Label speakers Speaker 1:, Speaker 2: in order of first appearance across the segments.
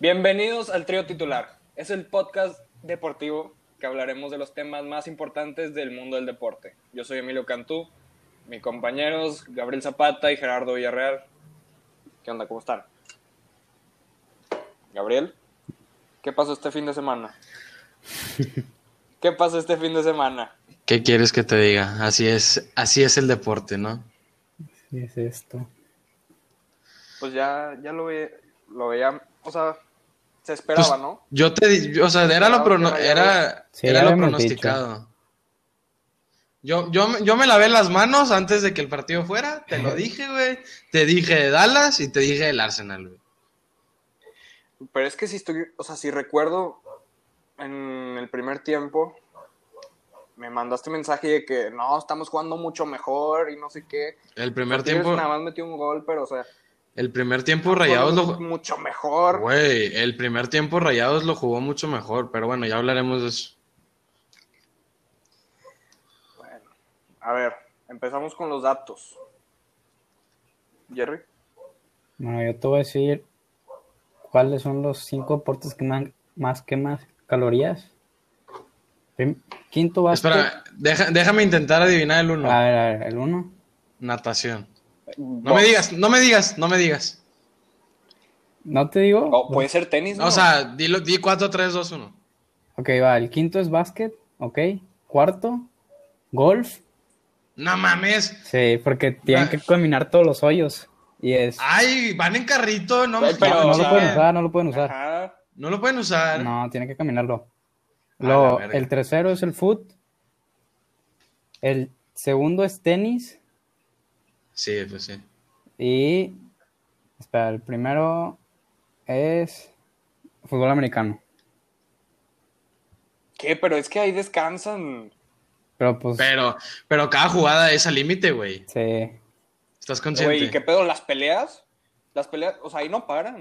Speaker 1: Bienvenidos al trío titular. Es el podcast deportivo que hablaremos de los temas más importantes del mundo del deporte. Yo soy Emilio Cantú, mis compañeros Gabriel Zapata y Gerardo Villarreal. ¿Qué onda? ¿Cómo están? Gabriel, ¿qué pasó este fin de semana? ¿Qué pasó este fin de semana?
Speaker 2: ¿Qué quieres que te diga? Así es, así es el deporte, ¿no?
Speaker 3: Sí, es esto.
Speaker 1: Pues ya, ya lo, ve, lo veía, o sea, se esperaba,
Speaker 2: Pues,
Speaker 1: ¿no?
Speaker 2: Yo te, di- o sea, era lo, prono-
Speaker 1: Rayados.
Speaker 2: era,
Speaker 3: Sí,
Speaker 2: era
Speaker 3: ya
Speaker 2: lo
Speaker 3: lo hemos
Speaker 2: pronosticado. Yo, yo, me- yo me lavé las manos antes de que el partido fuera, te lo dije, güey. Te dije Dallas y te dije el Arsenal, güey.
Speaker 1: Pero es que si estoy, o sea, si recuerdo en el primer tiempo, me mandaste mensaje de que no, estamos jugando mucho mejor y no sé qué.
Speaker 2: El primer
Speaker 1: Tigres
Speaker 2: tiempo,
Speaker 1: nada más metió un gol, pero o sea,
Speaker 2: el primer tiempo Rayados
Speaker 1: jugamos
Speaker 2: lo,
Speaker 1: mucho mejor.
Speaker 2: güey, el primer tiempo Rayados lo jugó mucho mejor, pero bueno, ya hablaremos de eso.
Speaker 1: A ver, empezamos con los datos. Jerry,
Speaker 3: Bueno, yo te voy a decir cuáles son los cinco deportes que más, más quemas calorías. Prim- Quinto básquet.
Speaker 2: Espera, deja- déjame intentar adivinar el uno.
Speaker 3: A ver, a ver, el uno.
Speaker 2: Natación. No
Speaker 1: box.
Speaker 2: me digas, no me digas, no me digas.
Speaker 3: ¿No te digo?
Speaker 1: O puede ser tenis, ¿no? pues.
Speaker 2: O sea, dilo, di 4, 3, 2, 1.
Speaker 3: Ok, va, el quinto es básquet, ok. Cuarto, golf.
Speaker 2: No mames.
Speaker 3: Sí, porque tienen que combinar todos los hoyos. Y es...
Speaker 2: Ay, van en carrito, no
Speaker 1: Ay,
Speaker 2: me-
Speaker 1: pero,
Speaker 3: no, no
Speaker 1: o
Speaker 3: lo
Speaker 1: sea,
Speaker 3: pueden usar, no lo pueden usar.
Speaker 1: Ajá.
Speaker 2: No lo pueden usar.
Speaker 3: No, tienen que caminarlo.
Speaker 2: A la
Speaker 3: Luego,
Speaker 2: verga.
Speaker 3: el tercero es el foot. El segundo es tenis.
Speaker 2: Sí, pues sí.
Speaker 3: Y. Espera, el primero es. Fútbol americano.
Speaker 1: ¿Qué? Pero es que ahí descansan.
Speaker 3: Pero pues.
Speaker 2: Pero, pero cada jugada es al límite, güey.
Speaker 3: Sí.
Speaker 1: Güey, ¿y
Speaker 2: ¿Estás consciente?
Speaker 1: ¿qué pedo? ¿Las peleas? Las peleas, o sea, ahí no paran.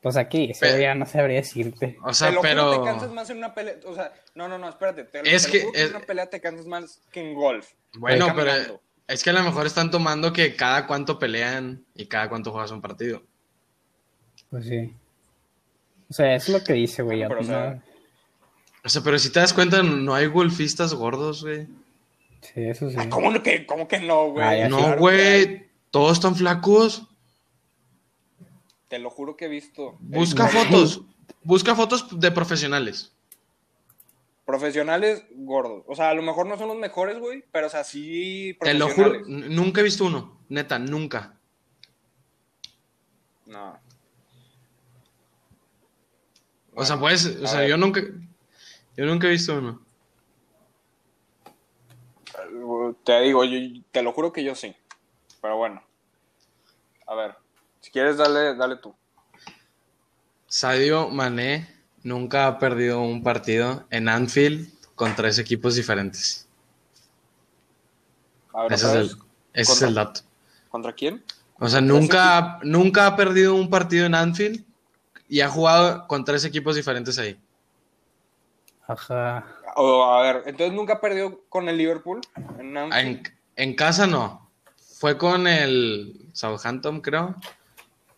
Speaker 3: Pues aquí, eso
Speaker 2: Pero-
Speaker 3: ya no sabría decirte.
Speaker 2: O
Speaker 1: te
Speaker 2: sea,
Speaker 1: lo juro, te cansas
Speaker 2: pero.
Speaker 1: más en una pelea. O sea, no, no, no, espérate. Te,
Speaker 2: Es
Speaker 1: te lo
Speaker 2: que-
Speaker 1: juro que en
Speaker 2: es-
Speaker 1: una pelea te cansas más que en golf.
Speaker 2: Bueno,
Speaker 1: Estoy
Speaker 2: pero.
Speaker 1: caminando.
Speaker 2: Es que a lo mejor están tomando que cada cuánto pelean y cada cuánto juegas un partido.
Speaker 3: Pues sí. O sea, es lo que dice, güey. ya
Speaker 1: Pero, o
Speaker 3: no-
Speaker 1: sea-
Speaker 2: O sea, pero si te das cuenta, no hay golfistas gordos, güey.
Speaker 3: Sí, eso sí.
Speaker 1: Ay, Ah, ¿Cómo que, cómo que no, güey?
Speaker 3: Ay,
Speaker 1: Claro
Speaker 2: No,
Speaker 1: que hay.
Speaker 2: güey. Todos están flacos.
Speaker 1: Te lo juro que he visto. He
Speaker 2: Busca
Speaker 1: visto
Speaker 2: fotos. Busca fotos de profesionales.
Speaker 1: Profesionales gordos. O sea, a lo mejor no son los mejores, güey, pero o sea, sí
Speaker 2: Te lo
Speaker 1: profesionales.
Speaker 2: juro. n- Nunca he visto uno. Neta, nunca.
Speaker 1: No.
Speaker 2: O sea, pues, o
Speaker 1: a
Speaker 2: sea,
Speaker 1: ver.
Speaker 2: yo nunca, yo nunca he visto uno.
Speaker 1: Te digo, yo- te lo juro que yo sí. Pero bueno. A ver. Si quieres, dale, dale tú.
Speaker 2: Sadio Mané nunca ha perdido un partido en Anfield con tres equipos diferentes.
Speaker 1: A ver,
Speaker 2: Ese es
Speaker 1: otra
Speaker 2: el,
Speaker 1: vez.
Speaker 2: ese es el dato.
Speaker 1: ¿Contra quién?
Speaker 2: O sea, nunca, nunca ha perdido un partido en Anfield y ha jugado con tres equipos diferentes ahí.
Speaker 3: Ajá.
Speaker 1: O, a ver, entonces nunca perdió con el Liverpool. En Anfield?
Speaker 2: Ah, En, en casa no. Fue con el Southampton, creo.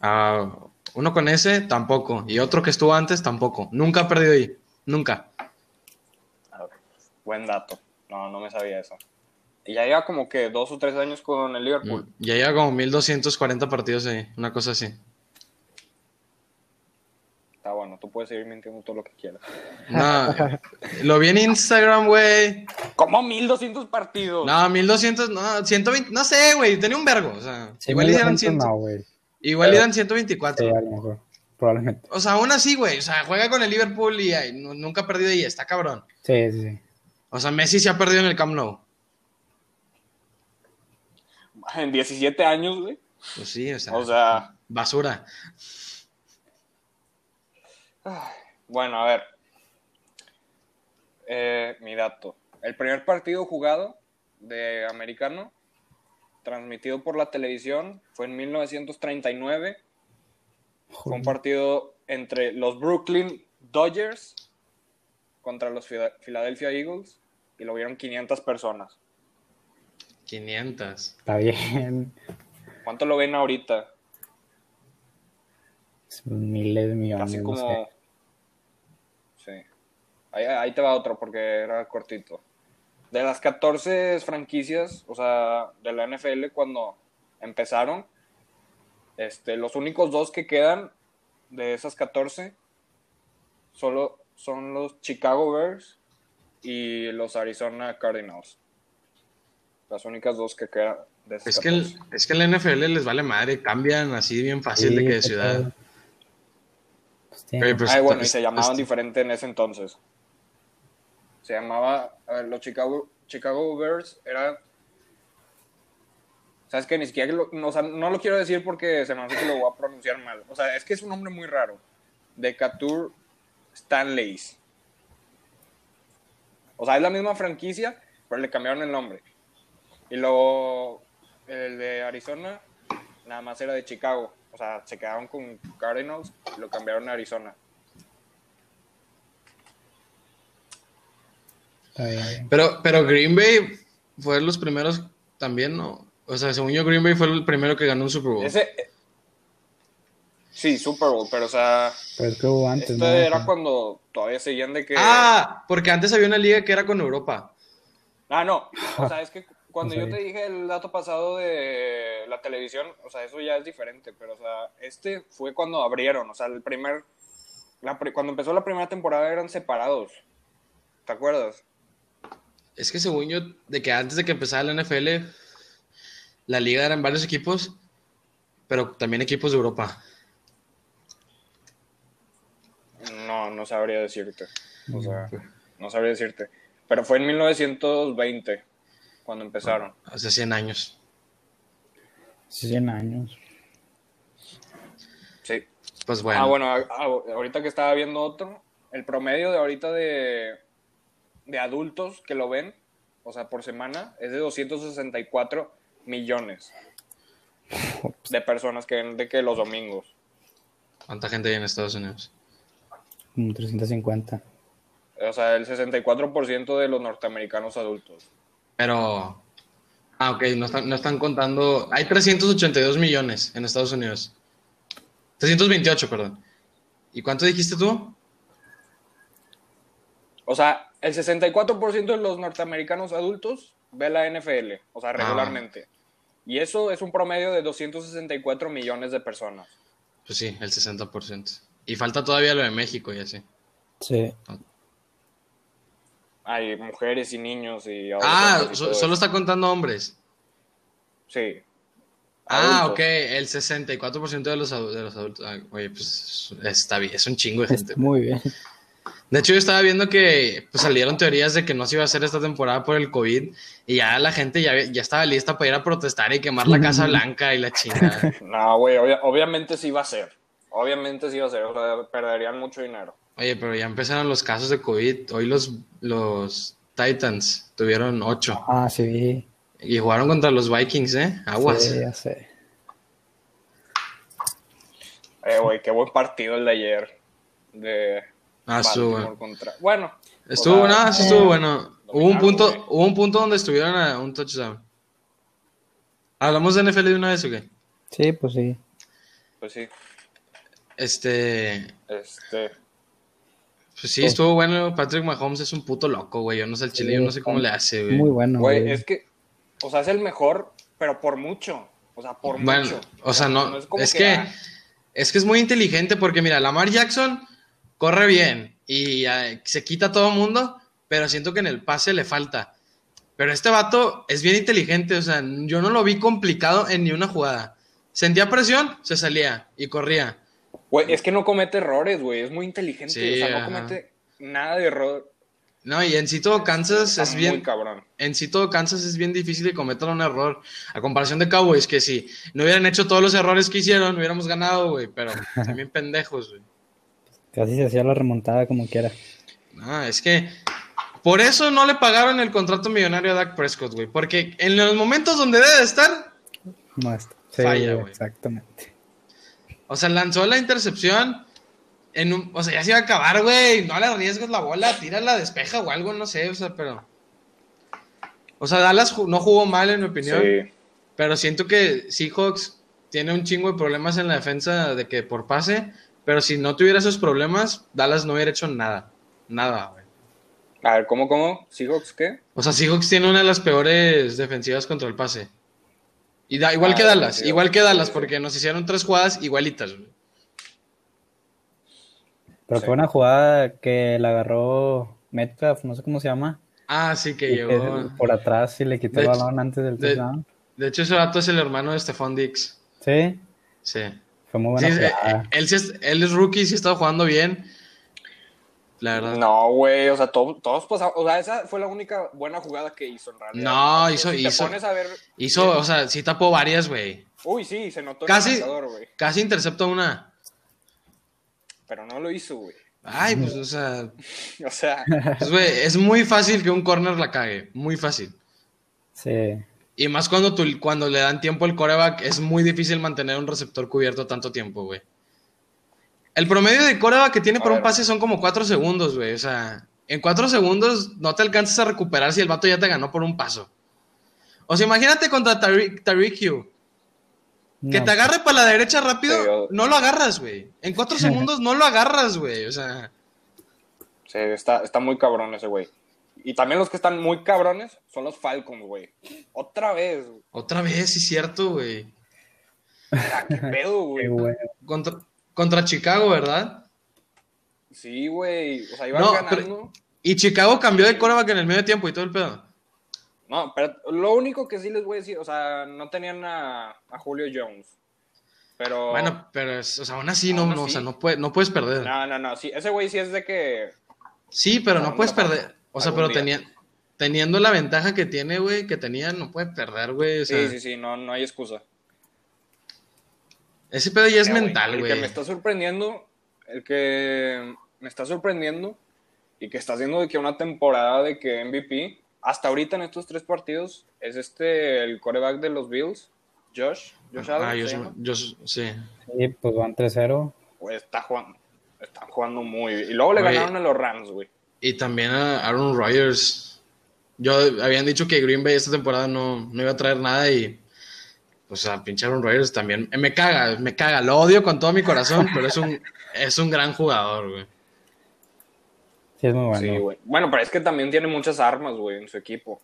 Speaker 2: Ah, uno con ese, tampoco. Y otro que estuvo antes, tampoco. Nunca ha perdido ahí. Nunca.
Speaker 1: A ver, Buen dato. No, no me sabía eso. Y ya lleva como que dos o tres años con el Liverpool.
Speaker 2: Ya lleva como 1240 partidos ahí, una cosa así.
Speaker 1: Está bueno, tú puedes seguir mintiendo todo lo que quieras.
Speaker 2: No, lo vi en Instagram, güey.
Speaker 1: ¿Cómo 1200 partidos?
Speaker 2: No, 1200, no, 120, no sé, güey, tenía un vergo, o sea, igual y eran 100,
Speaker 3: No, güey.
Speaker 2: igual y
Speaker 3: Pero-
Speaker 2: eran 124.
Speaker 3: Sí, a lo mejor. Probablemente.
Speaker 2: O sea, aún así, güey, o sea, juega con el Liverpool y ay, nu- nunca ha perdido ahí, está cabrón.
Speaker 3: Sí, sí, sí.
Speaker 2: O sea, Messi se ha perdido en el Camp Nou.
Speaker 1: En 17 años, güey.
Speaker 2: Pues sí, o sea,
Speaker 1: O sea,
Speaker 2: basura.
Speaker 1: bueno, a ver. Eh, mi dato. El primer partido jugado de americano, transmitido por la televisión, fue en 1939. Fue un partido entre los Brooklyn Dodgers contra los Fila- Philadelphia Eagles y lo vieron 500 personas.
Speaker 2: 500.
Speaker 3: Está bien.
Speaker 1: ¿Cuánto lo ven ahorita?
Speaker 3: Miles de millones.
Speaker 1: Casi
Speaker 3: no
Speaker 1: como.
Speaker 3: sé.
Speaker 1: Sí. Ahí, ahí te va otro porque era cortito. De las 14 franquicias, o sea, de la NFL cuando empezaron, este, los únicos dos que quedan de esas 14 solo son los Chicago Bears y los Arizona Cardinals. Las únicas dos que quedan de esas
Speaker 2: Es que, el,
Speaker 1: 14.
Speaker 2: es que la NFL les vale madre, cambian así bien fácil de que
Speaker 3: Sí,
Speaker 2: de
Speaker 3: pues,
Speaker 2: ciudad.
Speaker 3: todo. Pues tiene-
Speaker 2: Oye, pues,
Speaker 1: Ay, bueno, Ah, y
Speaker 2: está-
Speaker 1: se llamaban
Speaker 2: está-
Speaker 1: diferente en ese entonces. Se llamaba, a ver, los Chicago, Chicago Bears era... ¿Sabes que Ni siquiera, lo- no, o sea, no lo quiero decir porque se me hace que lo voy a pronunciar mal. O sea, es que es un nombre muy raro. Decatur Stanleys. O sea, es la misma franquicia, pero le cambiaron el nombre. Y luego el de Arizona nada más era de Chicago. O sea, se quedaron con Cardinals y lo cambiaron a Arizona.
Speaker 3: está bien.
Speaker 2: Pero, pero Green Bay fue de los primeros también, ¿no? O sea, según yo, Green Bay fue el primero que ganó un Super Bowl.
Speaker 1: Ese. eh, Sí, Super Bowl, pero o sea,
Speaker 3: Pero es que hubo antes,
Speaker 1: esto
Speaker 3: ¿no?
Speaker 1: era cuando todavía seguían de que.
Speaker 2: Ah, porque antes había una liga que era con Europa.
Speaker 1: Ah, no. O sea, es que cuando
Speaker 3: No
Speaker 1: yo
Speaker 3: sabía.
Speaker 1: te dije el dato pasado de la televisión, o sea, eso ya es diferente, pero o sea, este fue cuando abrieron, o sea, el primer. la pri- cuando empezó la primera temporada eran separados. ¿Te acuerdas?
Speaker 2: Es que según yo, de que antes de que empezara la NFL, la liga eran varios equipos, pero también equipos de Europa.
Speaker 1: No, no sabría decirte. O sea, no sabría decirte. Pero fue en 1920 cuando empezaron.
Speaker 2: Hace 100 años.
Speaker 3: Hace 100 años.
Speaker 1: Sí.
Speaker 2: Pues bueno.
Speaker 1: Ah, bueno, a- a- ahorita que estaba viendo otro, el promedio de ahorita de, de adultos que lo ven, o sea, por semana, es de 264 millones de personas que ven de que los domingos.
Speaker 2: ¿Cuánta gente hay en Estados Unidos?
Speaker 3: Como 350.
Speaker 1: O sea, el 64% de los norteamericanos adultos.
Speaker 2: Pero. Ah, ok, no están, no están contando. Hay 382 millones en Estados Unidos. 328, perdón. ¿Y cuánto dijiste tú?
Speaker 1: O sea, el 64% de los norteamericanos adultos ve la NFL, o
Speaker 2: Ah.
Speaker 1: sea, regularmente. Y eso es un promedio de 264 millones de personas.
Speaker 2: Pues sí, el 60%. Y falta todavía lo de México y así.
Speaker 3: Sí.
Speaker 1: Hay mujeres y niños y
Speaker 2: Ah,
Speaker 1: adolescentes y
Speaker 2: so-
Speaker 1: todo eso.
Speaker 2: solo está contando hombres.
Speaker 1: Sí.
Speaker 2: Ah,
Speaker 1: Adultos.
Speaker 2: ok, el 64% de los, adu- de los adultos. Ah, oye, pues está bien, es un chingo de gente.
Speaker 3: Está muy bien.
Speaker 2: De hecho, yo estaba viendo que pues, salieron teorías de que no se iba a hacer esta temporada por el COVID y ya la gente ya, ya estaba lista para ir a protestar y quemar la Casa Blanca y la chingada.
Speaker 1: No, güey, obvia- obviamente sí va a ser. Obviamente sí va a ser. O sea, perderían mucho dinero.
Speaker 2: Oye, pero ya empezaron los casos de COVID. Hoy los, los Titans tuvieron ocho
Speaker 3: Ah, sí.
Speaker 2: y jugaron contra los Vikings, ¿eh? Aguas.
Speaker 3: Sí, ya sé.
Speaker 1: Eh, güey, qué buen partido el de ayer. De
Speaker 2: Ah, su,
Speaker 1: Baltimore
Speaker 2: güey.
Speaker 1: contra... Bueno.
Speaker 2: Estuvo,
Speaker 1: o sea,
Speaker 2: nada, sí estuvo bueno. Hubo un
Speaker 1: dominaron,
Speaker 2: punto,
Speaker 1: güey.
Speaker 2: hubo un punto donde estuvieron a un touchdown. ¿Hablamos de NFL de una vez o qué?
Speaker 3: Sí, pues sí.
Speaker 1: Pues sí.
Speaker 2: Este,
Speaker 1: Este.
Speaker 2: Pues
Speaker 3: Oh.
Speaker 2: sí, estuvo bueno. Patrick Mahomes es un puto loco, güey. Yo no sé el chile, yo no sé cómo le hace, güey.
Speaker 3: Muy bueno.
Speaker 1: Güey,
Speaker 3: güey.
Speaker 1: es que. O sea, es el mejor, pero por mucho. O sea, por
Speaker 2: Bueno,
Speaker 1: mucho.
Speaker 2: o sea, no,
Speaker 1: como
Speaker 2: es que
Speaker 1: ah,
Speaker 2: es que es muy inteligente porque mira, Lamar Jackson corre bien y eh, se quita a todo mundo, pero siento que en el pase le falta. Pero este vato es bien inteligente, o sea, yo no lo vi complicado en ni una jugada. Sentía presión, se salía y corría.
Speaker 1: Güey, es que no comete errores, güey. Es muy inteligente.
Speaker 2: Sí,
Speaker 1: o sea, no
Speaker 2: ajá.
Speaker 1: comete nada de error.
Speaker 2: No, y en sí todo Kansas
Speaker 1: Está
Speaker 2: es
Speaker 1: muy
Speaker 2: bien
Speaker 1: cabrón.
Speaker 2: en sí todo Kansas es bien difícil que cometan un error. A comparación de Cowboys, que si no hubieran hecho todos los errores que hicieron, hubiéramos ganado, güey. Pero también pendejos, güey.
Speaker 3: Casi se hacía la remontada como quiera.
Speaker 2: No, Ah, es que por eso no le pagaron el contrato millonario a Dak Prescott, güey. Porque en los momentos donde debe de estar,
Speaker 3: No está. Sí,
Speaker 2: Falla, güey.
Speaker 3: Exactamente.
Speaker 2: o sea, lanzó la intercepción. En un- o sea, ya se iba a acabar, güey. No le arriesgues la bola, tírala, despeja o algo, no sé, o sea, pero. O sea, Dallas ju- no jugó mal, en mi opinión.
Speaker 1: Sí.
Speaker 2: Pero siento que Seahawks tiene un chingo de problemas en la defensa de que por pase, pero si no tuviera esos problemas, Dallas no hubiera hecho nada. Nada, güey.
Speaker 1: A ver, ¿cómo, cómo? ¿Seahawks qué?
Speaker 2: O sea, Seahawks tiene una de las peores defensivas contra el pase. Y da, igual que
Speaker 1: Ah,
Speaker 2: Dallas,
Speaker 1: sí,
Speaker 2: igual que
Speaker 1: sí,
Speaker 2: Dallas,
Speaker 1: sí.
Speaker 2: porque nos hicieron tres jugadas igualitas, güey.
Speaker 3: Pero
Speaker 1: Sí.
Speaker 3: fue una jugada que la agarró Metcalf, no sé cómo se llama.
Speaker 2: Ah, sí que
Speaker 3: y que
Speaker 2: llegó.
Speaker 3: por atrás y le quitó
Speaker 2: De
Speaker 3: el
Speaker 2: hecho-
Speaker 3: balón antes del
Speaker 2: de-
Speaker 3: touchdown.
Speaker 2: De hecho, ese vato es el hermano de Stephon Dix.
Speaker 3: Sí,
Speaker 2: Sí.
Speaker 3: fue muy
Speaker 2: Sí,
Speaker 3: buena
Speaker 2: es- eh,
Speaker 3: jugada.
Speaker 2: él, sí es, él es rookie, sí está jugando bien. La verdad. No,
Speaker 1: No, güey, o sea, to- todos pasaban. O sea, esa fue la única buena jugada que hizo en realidad.
Speaker 2: hizo,
Speaker 1: si
Speaker 2: hizo.
Speaker 1: Te pones a ver.
Speaker 2: Hizo, o sea, sí tapó varias, güey.
Speaker 1: Uy, sí, se notó
Speaker 2: Casi-
Speaker 1: el marcador, güey.
Speaker 2: Casi interceptó una.
Speaker 1: Pero no lo hizo, güey.
Speaker 2: Ay, pues, o sea,
Speaker 1: O sea,
Speaker 2: pues, güey, es muy fácil que un corner la cague. Muy fácil.
Speaker 3: Sí,
Speaker 2: Y más cuando, tú- cuando le dan tiempo al coreback, es muy difícil mantener un receptor cubierto tanto tiempo, güey. El promedio de coreback que tiene
Speaker 1: A
Speaker 2: por un
Speaker 1: ver.
Speaker 2: pase son como 4 segundos, güey. O sea, en 4 segundos no te alcanzas a recuperar si el vato ya te ganó por un paso. O sea, imagínate contra Tariq, Tariq Hill. Que
Speaker 3: No,
Speaker 2: te agarre para la derecha rápido,
Speaker 1: Sí, yo-
Speaker 2: no lo agarras, güey. En 4 segundos no lo agarras, güey. O sea,
Speaker 1: sí, está, está muy cabrón ese, güey. Y también los que están muy cabrones son los Falcons, güey. Otra vez, güey.
Speaker 2: otra vez, sí, cierto, güey.
Speaker 1: ¿Qué pedo, güey?
Speaker 3: qué bueno.
Speaker 2: Contra, contra Chicago, ¿verdad?
Speaker 1: Sí, güey. O sea, iban
Speaker 2: No,
Speaker 1: ganando.
Speaker 2: pero- Y Chicago cambió de coreback en el medio tiempo y todo el pedo.
Speaker 1: No, pero lo único que sí les voy a decir, o sea, no tenían a, a Julio Jones. Pero.
Speaker 2: Bueno, pero es- o sea, aún así, no,
Speaker 1: Oh. Aún
Speaker 2: no, o sea,
Speaker 1: así.
Speaker 2: no, puede- no puedes perder.
Speaker 1: No, no, no. Sí, ese güey sí es de que.
Speaker 2: Sí, pero no
Speaker 1: No,
Speaker 2: puedes
Speaker 1: no, no.
Speaker 2: perder. O sea, pero
Speaker 1: Algún día.
Speaker 2: tenía- teniendo la ventaja que tiene, güey, que tenía, no puede perder, güey. O sea,
Speaker 1: Sí, sí, sí, no, no hay excusa.
Speaker 2: Ese pedo ya es
Speaker 1: Eh, güey,
Speaker 2: mental,
Speaker 1: El que
Speaker 2: güey.
Speaker 1: me está sorprendiendo, el que me está sorprendiendo y que está haciendo de que una temporada de que MVP, hasta ahorita en estos tres partidos, es este, el coreback de los Bills, Josh. Josh Allen,
Speaker 2: Ah, yo,
Speaker 1: se
Speaker 2: soy-
Speaker 1: llama.
Speaker 2: yo soy- sí.
Speaker 3: Sí, pues van 3-0.
Speaker 1: Güey, está jugando, están jugando muy bien. Y luego le
Speaker 2: Güey.
Speaker 1: ganaron a los Rams, güey.
Speaker 2: Y también a Aaron Rodgers. Yo habían dicho que Green Bay esta temporada no, no iba a traer nada y. O sea, pinche Aaron Rodgers también. eh, me caga, me caga. Lo odio con todo mi corazón, pero es un, es un gran jugador, güey.
Speaker 3: Sí, es muy bueno.
Speaker 1: Sí, güey. Bueno, pero es que también tiene muchas armas, güey, en su equipo.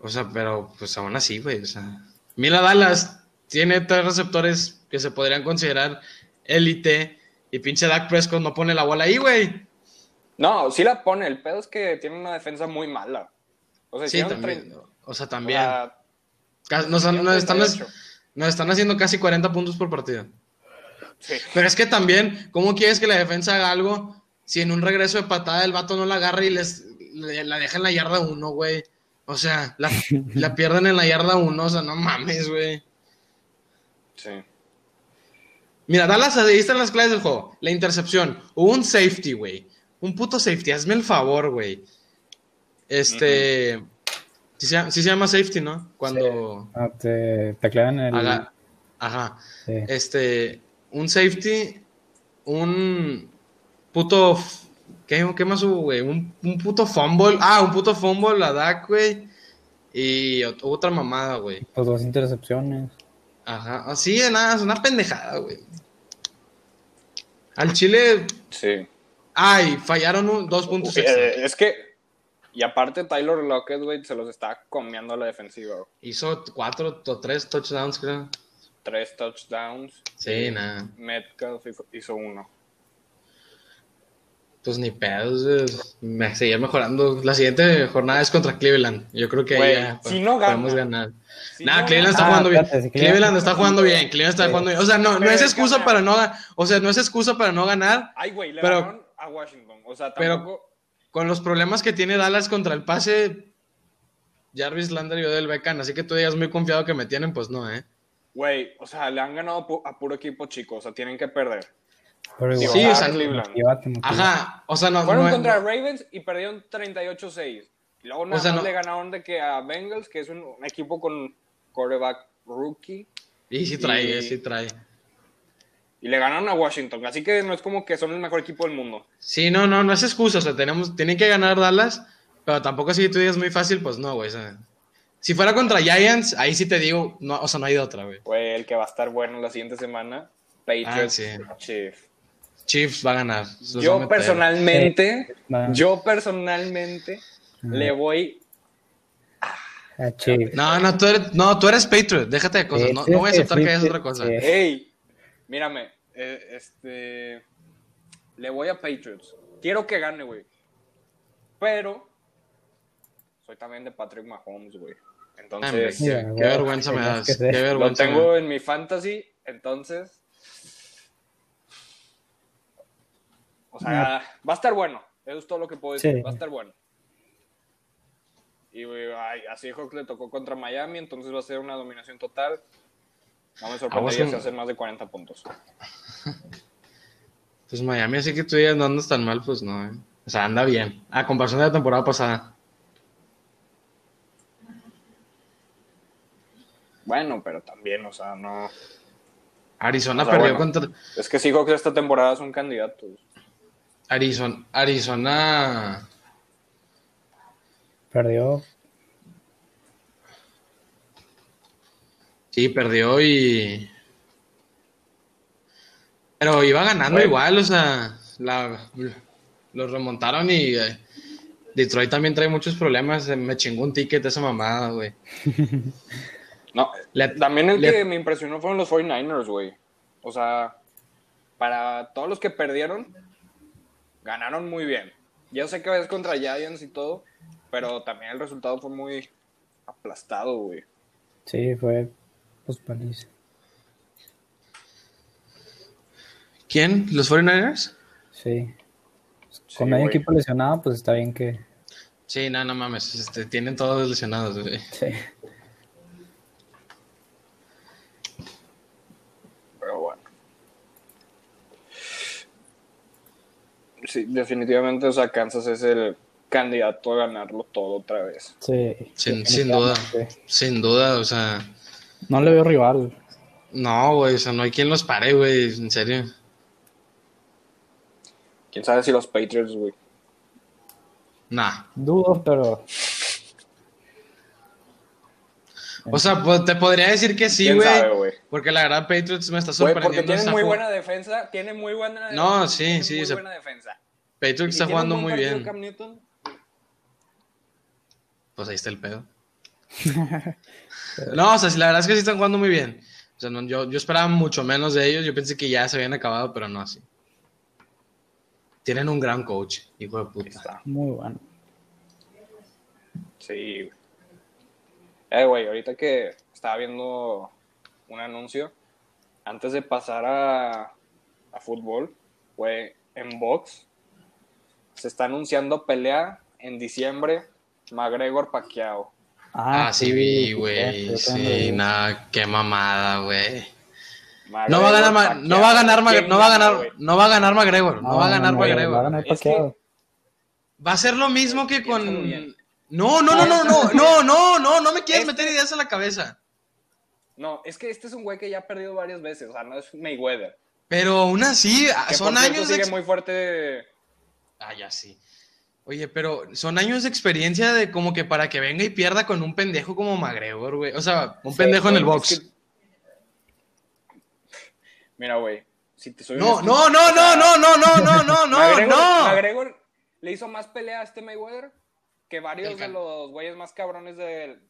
Speaker 2: O sea, pero pues aún así, güey. O sea, Mila Dallas tiene tres receptores que se podrían considerar élite y pinche Dak Prescott no pone la bola ahí, güey.
Speaker 1: No, sí la pone. El pedo es que tiene una defensa muy mala. O sea,
Speaker 2: Sí,
Speaker 1: hicieron
Speaker 2: también.
Speaker 1: trein-
Speaker 2: O sea, también.
Speaker 1: Pues o sea,
Speaker 2: Ca- nos, han- nos están,
Speaker 1: hicieron 38.
Speaker 2: nos están haciendo casi 40 puntos por partido.
Speaker 1: Sí.
Speaker 2: Pero es que también, ¿cómo quieres que la defensa haga algo si en un regreso de patada el vato no la agarra y les le- la deja en la yarda uno, güey? O sea, la, la pierden en la yarda uno, o sea, no mames, güey.
Speaker 1: Sí.
Speaker 2: Mira, Dallas, ahí están las claves del juego. La intercepción. Hubo un safety, güey. Un puto safety. Hazme el favor, güey. Este. sí, se, sí se llama safety, ¿no? Cuando.
Speaker 3: Ah, te, te clavan el.
Speaker 2: haga- Ajá.
Speaker 3: sí.
Speaker 2: Este. Un safety. Un. Puto. f- ¿Qué, qué más hubo, güey? Un, un puto fumble. Ah, un puto fumble, la DAC, güey. Y ot- otra mamada, güey.
Speaker 3: Pues dos intercepciones.
Speaker 2: Ajá. Así de nada, es una pendejada, güey. Al Chile,
Speaker 1: Sí.
Speaker 2: Ay, fallaron un, dos puntos extra.
Speaker 1: Eh, es que. Y aparte, Tyler Lockett, güey, se los está comiendo a la defensiva. güey.
Speaker 2: Hizo cuatro o tres touchdowns, creo.
Speaker 1: Tres touchdowns.
Speaker 2: Sí, nada.
Speaker 1: Metcalf hizo- hizo uno.
Speaker 2: Pues ni pedos. es- Me seguir mejorando. La siguiente jornada es contra Cleveland. Yo creo que ahí
Speaker 1: Güey,
Speaker 2: ya
Speaker 1: si
Speaker 2: po-
Speaker 1: no gana.
Speaker 2: podemos ganar.
Speaker 1: Sí,
Speaker 2: Nah,
Speaker 1: no,
Speaker 2: Cleveland está
Speaker 3: Ah,
Speaker 2: jugando bien.
Speaker 3: espérate, si Cleveland-
Speaker 2: Cleveland está jugando bien. Cleveland está jugando bien. O sea, no, no es excusa para no ganar. O sea, no es excusa para no ganar.
Speaker 1: Ay, güey, le
Speaker 2: Pero-
Speaker 1: ganaron a Washington. O sea,
Speaker 2: pero-
Speaker 1: tampoco.
Speaker 2: Con los problemas que tiene Dallas contra el pase, Jarvis Lander y Odell Beckham. Así que tú digas muy confiado que me tienen, pues no, ¿eh?
Speaker 1: Güey, o sea, le han ganado pu- a puro equipo chico. O sea, tienen que perder.
Speaker 3: Pero
Speaker 1: Sí,
Speaker 3: igual.
Speaker 2: Sí, o sea,
Speaker 1: a Cleveland.
Speaker 3: llévate, motiva.
Speaker 2: Ajá. O sea, no.
Speaker 1: Fueron
Speaker 2: no-
Speaker 1: contra Ravens y perdieron 38-6. Y Luego nada
Speaker 2: sea,
Speaker 1: más
Speaker 2: no-
Speaker 1: le ganaron de que a Bengals, que es un, un equipo con quarterback rookie,
Speaker 2: Y sí trae,
Speaker 1: Y-
Speaker 2: sí trae.
Speaker 1: y le ganaron a Washington. Así que no es como que son el mejor equipo del mundo.
Speaker 2: Sí, no, no, no es excusa. O sea, tenemos, tienen que ganar Dallas, pero tampoco si tú dices muy fácil, pues no, güey. o sea, Si fuera contra Giants, ahí sí te digo, no, o sea, no hay de otra, güey.
Speaker 1: Güey, el que va a estar bueno la siguiente semana, Patriots
Speaker 2: sí.
Speaker 1: Chiefs.
Speaker 2: Chiefs va a ganar. Los va a
Speaker 1: Yo
Speaker 2: meter.
Speaker 1: personalmente,
Speaker 3: Va.
Speaker 1: yo personalmente le voy
Speaker 3: Ah, Chiefs.
Speaker 2: No, no, tú eres, no, tú eres Patriot, déjate de cosas. No, no voy a aceptar que hayas
Speaker 3: Sí,
Speaker 2: otra cosa.
Speaker 3: sí.
Speaker 1: Hey, mírame, eh, este, le voy a Patriots. Quiero que gane, güey. Pero soy también de Patrick Mahomes, güey.
Speaker 2: Ay, hombre,
Speaker 1: Entonces,
Speaker 2: qué, qué vergüenza me das. Qué
Speaker 1: lo
Speaker 2: vergüenza. me
Speaker 1: tengo
Speaker 2: das.
Speaker 1: en mi fantasy, entonces. O sea, va a estar bueno. Eso es todo lo que puedo decir.
Speaker 3: Sí.
Speaker 1: Va a estar bueno. Y güey, ay, a Seahawks le tocó contra Miami, entonces va a ser una dominación total. No me
Speaker 2: Aguas
Speaker 1: sorprendería
Speaker 2: con-
Speaker 1: si hacen más de 40 puntos.
Speaker 2: Pues Miami, así que tú digas no andas tan mal, pues no. eh. O sea, anda bien. A comparación de la temporada pasada.
Speaker 1: Bueno, pero también, o sea, no.
Speaker 2: Arizona
Speaker 1: O sea,
Speaker 2: perdió
Speaker 1: bueno.
Speaker 2: contra.
Speaker 1: Es que Seahawks esta temporada son candidatos.
Speaker 2: Arizona. Arizona.
Speaker 3: Perdió.
Speaker 2: Sí, perdió y. Pero iba ganando
Speaker 1: Bueno.
Speaker 2: igual, o sea. La, los remontaron y. eh, Detroit también trae muchos problemas. eh, Me chingó un ticket esa mamada, güey.
Speaker 1: No,
Speaker 2: Le-
Speaker 1: también el
Speaker 2: le-
Speaker 1: que me impresionó fueron los 49ers, güey. O sea, para todos los que perdieron, ganaron muy bien. Yo sé que es contra Giants y todo, pero también el resultado fue muy aplastado, güey.
Speaker 3: Sí, fue. Pues paliza.
Speaker 2: ¿Quién? ¿Los 49ers?
Speaker 3: Sí.
Speaker 1: Sí,
Speaker 3: Cuando hay
Speaker 1: güey.
Speaker 3: equipo lesionado, pues está bien que.
Speaker 2: Sí, no, no mames. este, tienen todos lesionados, güey.
Speaker 3: Sí.
Speaker 1: Pero bueno. Sí, definitivamente, o sea, Kansas es el candidato a ganarlo todo otra vez.
Speaker 3: Sí.
Speaker 2: Sin, sin duda. Sin duda, o sea.
Speaker 3: No le veo rival.
Speaker 2: No, güey, o sea, no hay quien los pare, güey, en serio.
Speaker 1: Quién sabe si los Patriots, güey.
Speaker 2: Nah.
Speaker 3: Dudo, pero.
Speaker 2: O sea, pues, te podría decir que sí,
Speaker 1: ¿Quién sabe,
Speaker 2: güey.
Speaker 1: güey?
Speaker 2: Porque la verdad, Patriots me está
Speaker 1: Güey,
Speaker 2: sorprendiendo.
Speaker 1: porque tienen
Speaker 2: está
Speaker 1: muy
Speaker 2: jug-
Speaker 1: buena defensa, tienen muy buena
Speaker 2: No, sí,
Speaker 1: tienen
Speaker 2: sí,
Speaker 1: muy
Speaker 2: o sea,
Speaker 1: buena defensa.
Speaker 2: Patriots
Speaker 1: Y
Speaker 2: está
Speaker 1: tiene
Speaker 2: jugando
Speaker 1: un buen
Speaker 2: muy
Speaker 1: partido
Speaker 2: bien.
Speaker 1: Cam Newton.
Speaker 2: Pues ahí está el pedo. no, o sea, sí, la verdad es que sí están jugando muy bien. O sea, no, yo, yo esperaba mucho menos de ellos. Yo pensé que ya se habían acabado, pero no así. Tienen un gran coach, hijo de puta.
Speaker 3: Muy bueno.
Speaker 1: Sí. güey. Eh, güey, ahorita que estaba viendo un anuncio, antes de pasar a, a fútbol, güey, en box, se está anunciando pelea en diciembre, McGregor Pacquiao.
Speaker 2: Ah, sí, vi, güey. Sí, nada, qué mamada, güey.
Speaker 1: Ah,
Speaker 2: No va a ganar, Ma- no va a ganar, Ma- no va a ganar, no va a ganar McGregor,
Speaker 3: Ah,
Speaker 2: no va a ganar
Speaker 3: Va a
Speaker 2: McGregor.
Speaker 3: ganar
Speaker 1: Es que-
Speaker 3: Pacquiao.
Speaker 2: Va a ser lo mismo que
Speaker 1: Piénsalo
Speaker 2: con.
Speaker 1: bien.
Speaker 2: No, no, no, no, no, no, no, no, no me quieres
Speaker 1: Este-
Speaker 2: meter ideas a la cabeza.
Speaker 1: No, es que este es un güey que ya ha perdido varias veces, o sea, no es Mayweather.
Speaker 2: Pero aún así, ah,
Speaker 1: Que
Speaker 2: son
Speaker 1: por cierto,
Speaker 2: años de.
Speaker 1: sigue
Speaker 2: ex-
Speaker 1: muy fuerte
Speaker 2: Ah, ya sí. Oye, pero son años de experiencia de como que para que venga y pierda con un pendejo como McGregor, güey. O sea, un
Speaker 1: Sí,
Speaker 2: pendejo en
Speaker 1: güey,
Speaker 2: el box.
Speaker 1: es que- Mira, güey, si te soy
Speaker 2: No,
Speaker 1: honesto,
Speaker 2: no, no, no, no, no, no, no, no, no,
Speaker 1: McGregor-
Speaker 2: no.
Speaker 1: McGregor le hizo más pelea a este Mayweather que varios
Speaker 2: El
Speaker 1: de
Speaker 2: Can-
Speaker 1: los güeyes más cabrones del...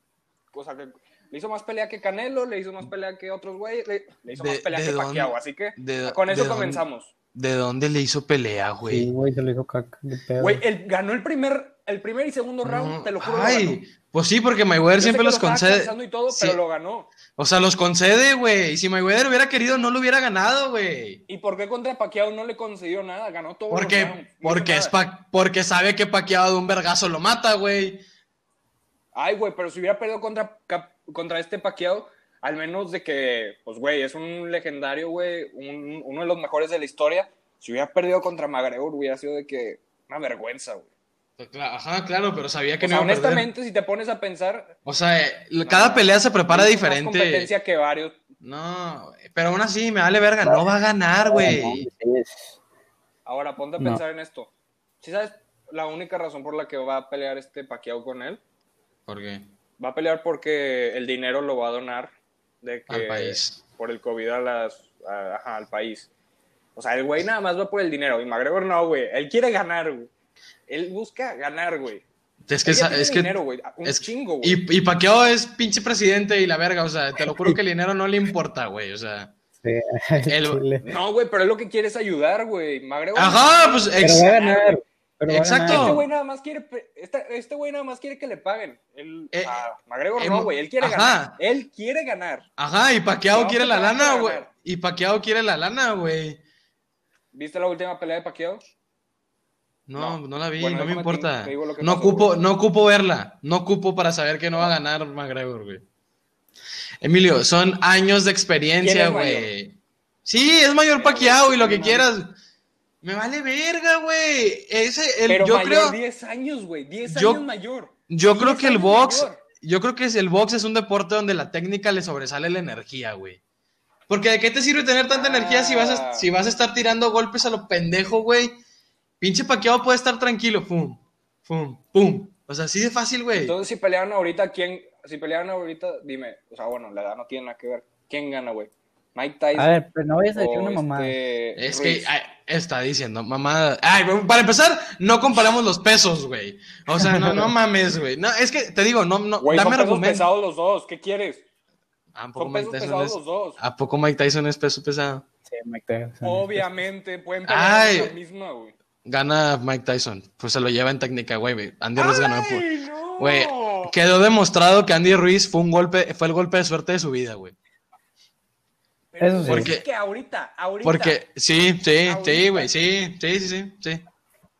Speaker 1: O sea, que le hizo más pelea que Canelo, le hizo más pelea que otros güeyes, le, le hizo
Speaker 2: ¿De-
Speaker 1: más pelea
Speaker 2: de
Speaker 1: que
Speaker 2: dónde-
Speaker 1: Pacquiao, así que
Speaker 2: de-
Speaker 1: con
Speaker 2: de
Speaker 1: eso
Speaker 2: dónde-
Speaker 1: comenzamos.
Speaker 2: ¿De dónde le hizo pelea, güey?
Speaker 3: Sí, güey, se lo hizo caca. qué pedo.
Speaker 1: Güey, él ganó el primer, el primer y segundo round,
Speaker 2: No,
Speaker 1: te lo juro.
Speaker 2: Ay,
Speaker 1: lo ganó. Yo
Speaker 2: pues sí, porque Mayweather
Speaker 1: sé
Speaker 2: siempre
Speaker 1: que
Speaker 2: los
Speaker 1: lo estaba
Speaker 2: concede.
Speaker 1: cansando y todo,
Speaker 2: Sí.
Speaker 1: pero lo ganó.
Speaker 2: O sea, los concede, güey. Y si Mayweather hubiera querido, no lo hubiera ganado, güey.
Speaker 1: ¿Y por qué contra Pacquiao no le concedió nada? Ganó todo.
Speaker 2: Porque, porque, es pa- porque sabe que paqueado de un vergazo lo mata, güey.
Speaker 1: Ay, güey, pero si hubiera perdido contra, Cap- contra este Paquiao, al menos de que, pues, güey, es un legendario, güey, un- uno de los mejores de la historia. Si hubiera perdido contra McGregor, hubiera sido de que una vergüenza, güey.
Speaker 2: Pues, cla- Ajá, claro, pero sabía que
Speaker 1: O sea,
Speaker 2: no iba a perder.
Speaker 1: honestamente, si te pones a pensar,
Speaker 2: O sea, eh, cada pelea se prepara
Speaker 1: hizo Más
Speaker 2: diferente.
Speaker 1: competencia que varios.
Speaker 2: No, güey, pero aún así me vale verga. No va a ganar, güey.
Speaker 3: Sí, es-
Speaker 1: Ahora, ponte a
Speaker 3: No.
Speaker 1: pensar en esto. Si sabes la única razón por la que va a pelear este Paquiao con él,
Speaker 2: ¿Por qué?
Speaker 1: Va a pelear porque el dinero lo va a donar de que,
Speaker 2: Al país.
Speaker 1: por el COVID a las, a- ajá, al país. O sea, el güey nada más va por el dinero. Y McGregor no, güey. Él quiere ganar, güey. Él busca ganar, güey.
Speaker 2: Es que,
Speaker 1: Ella
Speaker 2: esa-
Speaker 1: tiene
Speaker 2: es que
Speaker 1: dinero, güey, un
Speaker 2: es-
Speaker 1: chingo, güey.
Speaker 2: Y, y Paqueo es pinche presidente y la verga, o sea, te lo juro que el dinero no le importa, güey, o sea.
Speaker 3: Sí,
Speaker 2: El-
Speaker 3: Chile.
Speaker 1: No, güey, pero él lo que quiere es ayudar, güey. McGregor.
Speaker 2: Ajá, pues
Speaker 3: Pero
Speaker 2: ex-
Speaker 3: va a ganar. pero va a
Speaker 2: Exacto.
Speaker 1: Este
Speaker 3: ganar.
Speaker 1: güey nada más quiere, pe- esta- este güey nada más quiere que le paguen. Él,
Speaker 2: Eh,
Speaker 1: a McGregor
Speaker 2: eh,
Speaker 1: no, güey. Él quiere
Speaker 2: ajá.
Speaker 1: ganar. Él quiere ganar.
Speaker 2: ajá, y Paqueo
Speaker 1: No,
Speaker 2: quiere la
Speaker 1: pues, va a
Speaker 2: lana,
Speaker 1: ganar.
Speaker 2: güey. Y Paqueo quiere la lana, güey.
Speaker 1: ¿Viste la última pelea de Pacquiao?
Speaker 2: No, no,
Speaker 1: No.
Speaker 2: la vi,
Speaker 1: Bueno,
Speaker 2: no me
Speaker 1: déjame te-
Speaker 2: importa.
Speaker 1: te digo lo que
Speaker 2: no
Speaker 1: pasó,
Speaker 2: ocupo,
Speaker 1: güey.
Speaker 2: no ocupo verla, no ocupo para saber que no va a ganar McGregor, güey. Emilio, son años de experiencia,
Speaker 1: ¿Quién es mayor?
Speaker 2: güey. Sí, es mayor Paqueado y lo que
Speaker 1: no mames.
Speaker 2: quieras. Me vale verga, güey. Ese, el,
Speaker 1: pero
Speaker 2: yo
Speaker 1: mayor,
Speaker 2: creo.
Speaker 1: 10 años, güey. 10
Speaker 2: Yo-
Speaker 1: años mayor.
Speaker 2: Yo
Speaker 1: 10
Speaker 2: creo que el
Speaker 1: años
Speaker 2: box,
Speaker 1: mayor.
Speaker 2: yo creo que es- el box es un deporte donde la técnica le sobresale la energía, güey. Porque de qué te sirve tener tanta
Speaker 1: Ah.
Speaker 2: energía si vas a, si vas a estar tirando golpes a lo pendejo, güey. Pinche paqueado puede estar tranquilo, pum, pum, pum. O sea, así de fácil, güey.
Speaker 1: Entonces, si pelearon ahorita, ¿quién? Si pelearon ahorita, dime. O sea, bueno, la edad no tiene nada que ver. ¿Quién gana, güey? Mike Tyson.
Speaker 3: A ver, pero no vayas a decir
Speaker 1: o
Speaker 3: una mamá.
Speaker 1: este,
Speaker 2: Es
Speaker 1: Ruiz.
Speaker 2: que ay, está diciendo, mamada. Ay, para empezar, no comparamos los pesos, güey. O sea, no, no mames, güey. No, es que te digo, no, no,
Speaker 1: Güey, son
Speaker 2: dame
Speaker 1: pesos
Speaker 2: argumentos.
Speaker 1: pesados los dos. ¿Qué quieres?
Speaker 2: Ah, ¿a poco
Speaker 1: Son
Speaker 2: Mike
Speaker 1: pesos
Speaker 2: Tyson
Speaker 1: pesados
Speaker 2: es-
Speaker 1: los dos.
Speaker 3: Ah,
Speaker 2: ¿A poco Mike Tyson es peso pesado?
Speaker 3: Sí, Mike Tyson.
Speaker 1: Obviamente pueden pelear
Speaker 2: Ay.
Speaker 1: en la misma, güey.
Speaker 2: Gana Mike Tyson. Pues se lo lleva en técnica, güey. Andy Ruiz ganó por.
Speaker 1: Ay, no.
Speaker 2: Güey, quedó demostrado que Andy Ruiz fue un golpe, fue el golpe de suerte de su vida, güey.
Speaker 1: Pero
Speaker 3: Eso sí.
Speaker 1: es
Speaker 2: Porque-
Speaker 1: que ahorita, ahorita.
Speaker 2: Porque, sí, sí,
Speaker 1: Ahorita.
Speaker 2: sí, güey, sí, sí, sí, sí, sí.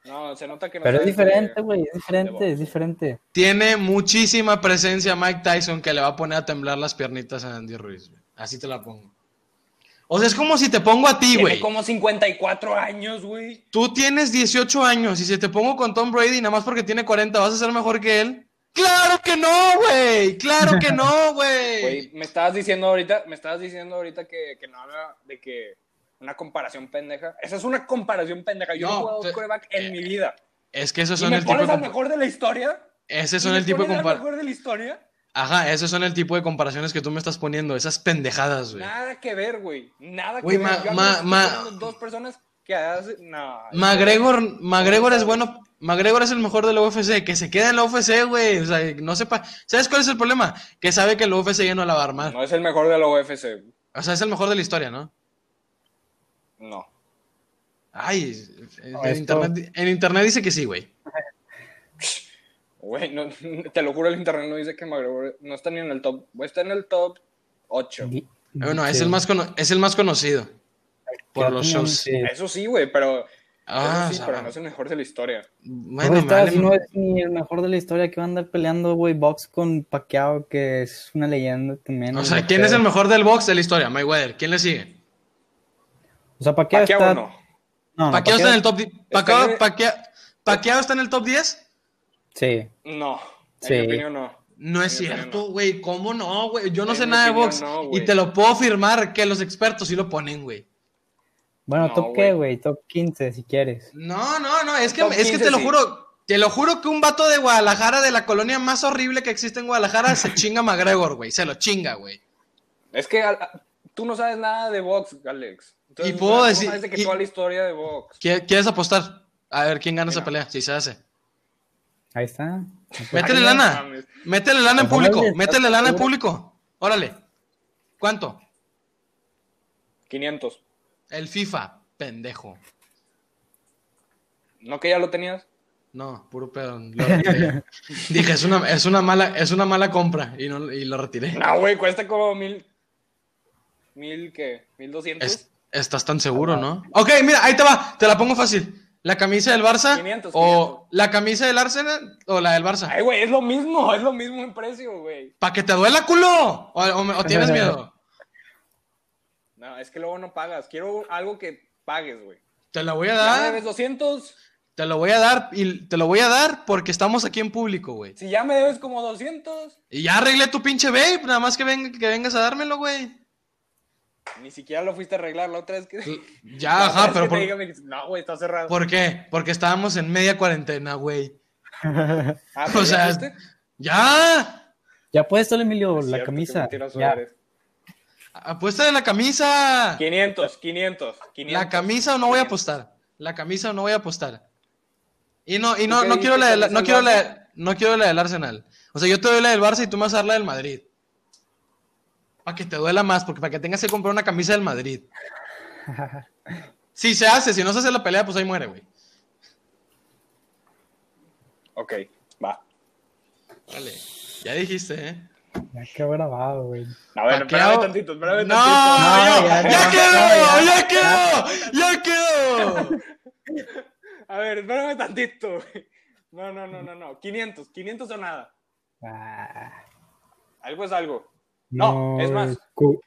Speaker 1: No, se nota que no
Speaker 3: Pero es
Speaker 1: sabes
Speaker 3: diferente,
Speaker 1: de-
Speaker 3: güey. Es diferente,
Speaker 1: de
Speaker 3: es diferente.
Speaker 2: Tiene muchísima presencia Mike Tyson que le va a poner a temblar las piernitas a Andy Ruiz, güey. Así te la pongo. O sea, es como si te pongo a ti,
Speaker 1: Tiene
Speaker 2: güey.
Speaker 1: como 54 años, güey.
Speaker 2: Tú tienes 18 años y si te pongo con Tom Brady, nada más porque tiene 40, ¿vas a ser mejor que él? ¡Claro que no, güey! ¡Claro que no,
Speaker 1: Güey, me estabas diciendo ahorita, me estabas diciendo ahorita que, que no habla de que una comparación pendeja. Esa es una comparación pendeja. Yo no,
Speaker 2: No,
Speaker 1: he jugado
Speaker 2: te-
Speaker 1: coreback en mi vida.
Speaker 2: Es que esos
Speaker 1: ¿Y
Speaker 2: son
Speaker 1: me
Speaker 2: el tipo de
Speaker 1: pones al
Speaker 2: compa-
Speaker 1: mejor de la historia?
Speaker 2: Ese
Speaker 1: ¿Y
Speaker 2: son
Speaker 1: me
Speaker 2: el tipo de
Speaker 1: pones al
Speaker 2: compar-
Speaker 1: mejor de la historia?
Speaker 2: Ajá, esos son el tipo de comparaciones que tú me estás poniendo, esas pendejadas, güey.
Speaker 1: Nada que ver, güey. Nada
Speaker 2: Güey,
Speaker 1: que
Speaker 2: ma-
Speaker 1: ver. Yo
Speaker 2: ma-
Speaker 1: estoy
Speaker 2: ma-
Speaker 1: poniendo dos personas que hacen... No.
Speaker 2: McGregor, McGregor es bueno, McGregor es el mejor de la UFC, que se queda en la UFC, güey. O sea, no sepa, ¿sabes cuál es el problema? Que sabe que la UFC ya no la va a armar.
Speaker 1: No es el mejor de la UFC.
Speaker 2: O sea, es el mejor de la historia, ¿no?
Speaker 1: No.
Speaker 2: Ay, en,
Speaker 3: esto-
Speaker 2: internet, en internet dice que sí, güey.
Speaker 1: Güey, no- te lo juro, el internet no dice que McGregor no está ni en el top. güey, Está en el top 8.
Speaker 3: Di-
Speaker 2: Ah, Bueno, es
Speaker 3: sí.
Speaker 2: el más cono- es el más conocido por
Speaker 3: Ya
Speaker 2: los
Speaker 3: teníamos-
Speaker 2: shows.
Speaker 3: sí.
Speaker 1: Eso sí, güey, pero.
Speaker 2: Ah,
Speaker 1: eso sí,
Speaker 2: o sea,
Speaker 1: pero no es el mejor de la historia.
Speaker 2: bueno,
Speaker 3: Ahí
Speaker 2: me
Speaker 3: está,
Speaker 2: vale-
Speaker 3: si no es ni el mejor de la historia que va a andar peleando, güey, box con Pacquiao, que es una leyenda también.
Speaker 2: o
Speaker 3: güey,
Speaker 2: sea, ¿quién
Speaker 3: pero-
Speaker 2: es el mejor del box de la historia? Mayweather, ¿quién le sigue?
Speaker 3: O sea, Pacquiao,
Speaker 1: Pacquiao
Speaker 3: está...
Speaker 1: no.
Speaker 3: No, no,
Speaker 2: Paqueo está en el top 10.
Speaker 1: en
Speaker 2: Paqueo,
Speaker 1: el-
Speaker 2: está en el top 10.
Speaker 3: Sí,
Speaker 1: No. En
Speaker 3: Sí.
Speaker 1: mi opinión, no.
Speaker 2: No es
Speaker 1: En mi opinión,
Speaker 2: cierto, güey. ¿Cómo no, güey? Yo no
Speaker 1: En
Speaker 2: sé
Speaker 1: mi
Speaker 2: nada de
Speaker 1: opinión,
Speaker 2: box.
Speaker 1: no,
Speaker 2: y
Speaker 1: güey.
Speaker 2: te lo puedo firmar que los expertos sí lo ponen, güey.
Speaker 3: bueno,
Speaker 1: No,
Speaker 3: top qué, güey, top 15 si quieres.
Speaker 2: No, no, no. Es que,
Speaker 1: Top
Speaker 2: es que
Speaker 1: 15
Speaker 2: te lo
Speaker 1: sí.
Speaker 2: juro. Te lo juro que un vato de Guadalajara, de la colonia más horrible que existe en Guadalajara, se chinga a McGregor, güey. Se lo chinga, güey.
Speaker 1: Es que al- a- tú no sabes nada de box, Alex.
Speaker 2: Y puedo
Speaker 1: tú
Speaker 2: decir-
Speaker 1: sabes de que
Speaker 2: y-
Speaker 1: toda la historia de box.
Speaker 2: ¿Qui- ¿Quieres apostar? A ver quién gana esa
Speaker 1: Venga.
Speaker 2: pelea, si se hace.
Speaker 3: Ahí está.
Speaker 2: Métele
Speaker 1: no
Speaker 2: lana.
Speaker 1: mames.
Speaker 2: Métele lana en público.
Speaker 3: Órale,
Speaker 2: Métele lana en
Speaker 3: seguro.
Speaker 2: público. Órale. ¿Cuánto?
Speaker 1: 500.
Speaker 2: El FIFA, pendejo.
Speaker 1: ¿No que ya lo tenías?
Speaker 2: No, puro pedo. lo retiré. Dije, es una, es una mala, es una mala compra y no y lo retiré.
Speaker 1: No, güey, cuesta como mil. ¿Mil qué? ¿Mil doscientos?
Speaker 2: Es- estás tan
Speaker 1: Ah,
Speaker 2: seguro, ¿no? Ok, mira, ahí te va, te la pongo fácil. La camisa del Barça
Speaker 1: 500,
Speaker 2: o la camisa del Arsenal o la del Barça.
Speaker 1: Ay, güey, es lo mismo, es lo mismo en precio, güey.
Speaker 2: Para que te duela culo o, o me- o tienes miedo.
Speaker 1: No, es que luego no pagas. Quiero algo que pagues, güey.
Speaker 2: Te la voy a
Speaker 1: Ya me debes
Speaker 2: dar,
Speaker 1: 200.
Speaker 2: te la voy a dar y te lo voy a dar porque estamos aquí en público, güey.
Speaker 1: Si ya me debes como 200,
Speaker 2: Y ya arreglé tu pinche vape, nada más que, venga, que vengas a dármelo, güey.
Speaker 1: ni siquiera lo fuiste a arreglar la otra vez que.
Speaker 2: Ya, Ah, ajá, pero por,
Speaker 1: por... no, güey, está cerrado.
Speaker 2: ¿por qué? Porque estábamos en media cuarentena, güey.
Speaker 1: Ah,
Speaker 2: O
Speaker 1: ¿pero ya
Speaker 2: sea,
Speaker 1: fuiste?
Speaker 2: ¡Ya!
Speaker 3: Ya apuéstale, Emilio,
Speaker 1: Es cierto
Speaker 3: la
Speaker 1: que
Speaker 3: camisa.
Speaker 1: mentira soy,
Speaker 3: Ya.
Speaker 1: eres.
Speaker 2: Apuesta de la camisa.
Speaker 1: 500, 500, 500.
Speaker 2: La camisa o no voy a apostar. La camisa o no voy a apostar. Y no, y
Speaker 1: ¿Tú
Speaker 2: no,
Speaker 1: qué
Speaker 2: no quiero
Speaker 1: dijiste
Speaker 2: la, de la-
Speaker 1: que
Speaker 2: no
Speaker 1: es el
Speaker 2: quiero la, de- no quiero la del Arsenal. O sea, yo te doy la del Barça y tú me vas a dar la del Madrid. Para que te duela más, porque para que tengas que comprar una camisa del Madrid. Si se hace, si no se hace la pelea, pues ahí muere, güey.
Speaker 1: Ok, va.
Speaker 2: Vale. Ya dijiste, ¿eh?
Speaker 3: Ya qué grabado, güey.
Speaker 1: A ver,
Speaker 2: Paqueado.
Speaker 1: espérame tantito, espérame
Speaker 2: No,
Speaker 1: tantito.
Speaker 2: yo-
Speaker 3: ya,
Speaker 2: ya,
Speaker 3: ya,
Speaker 2: quedó,
Speaker 3: ya,
Speaker 2: ya quedó, ya quedó.
Speaker 1: A ver, espérame tantito. güey. No, no, no, no, no. 500, 500 o nada.
Speaker 3: Ah,
Speaker 1: Algo es algo. No, es más.
Speaker 3: cu-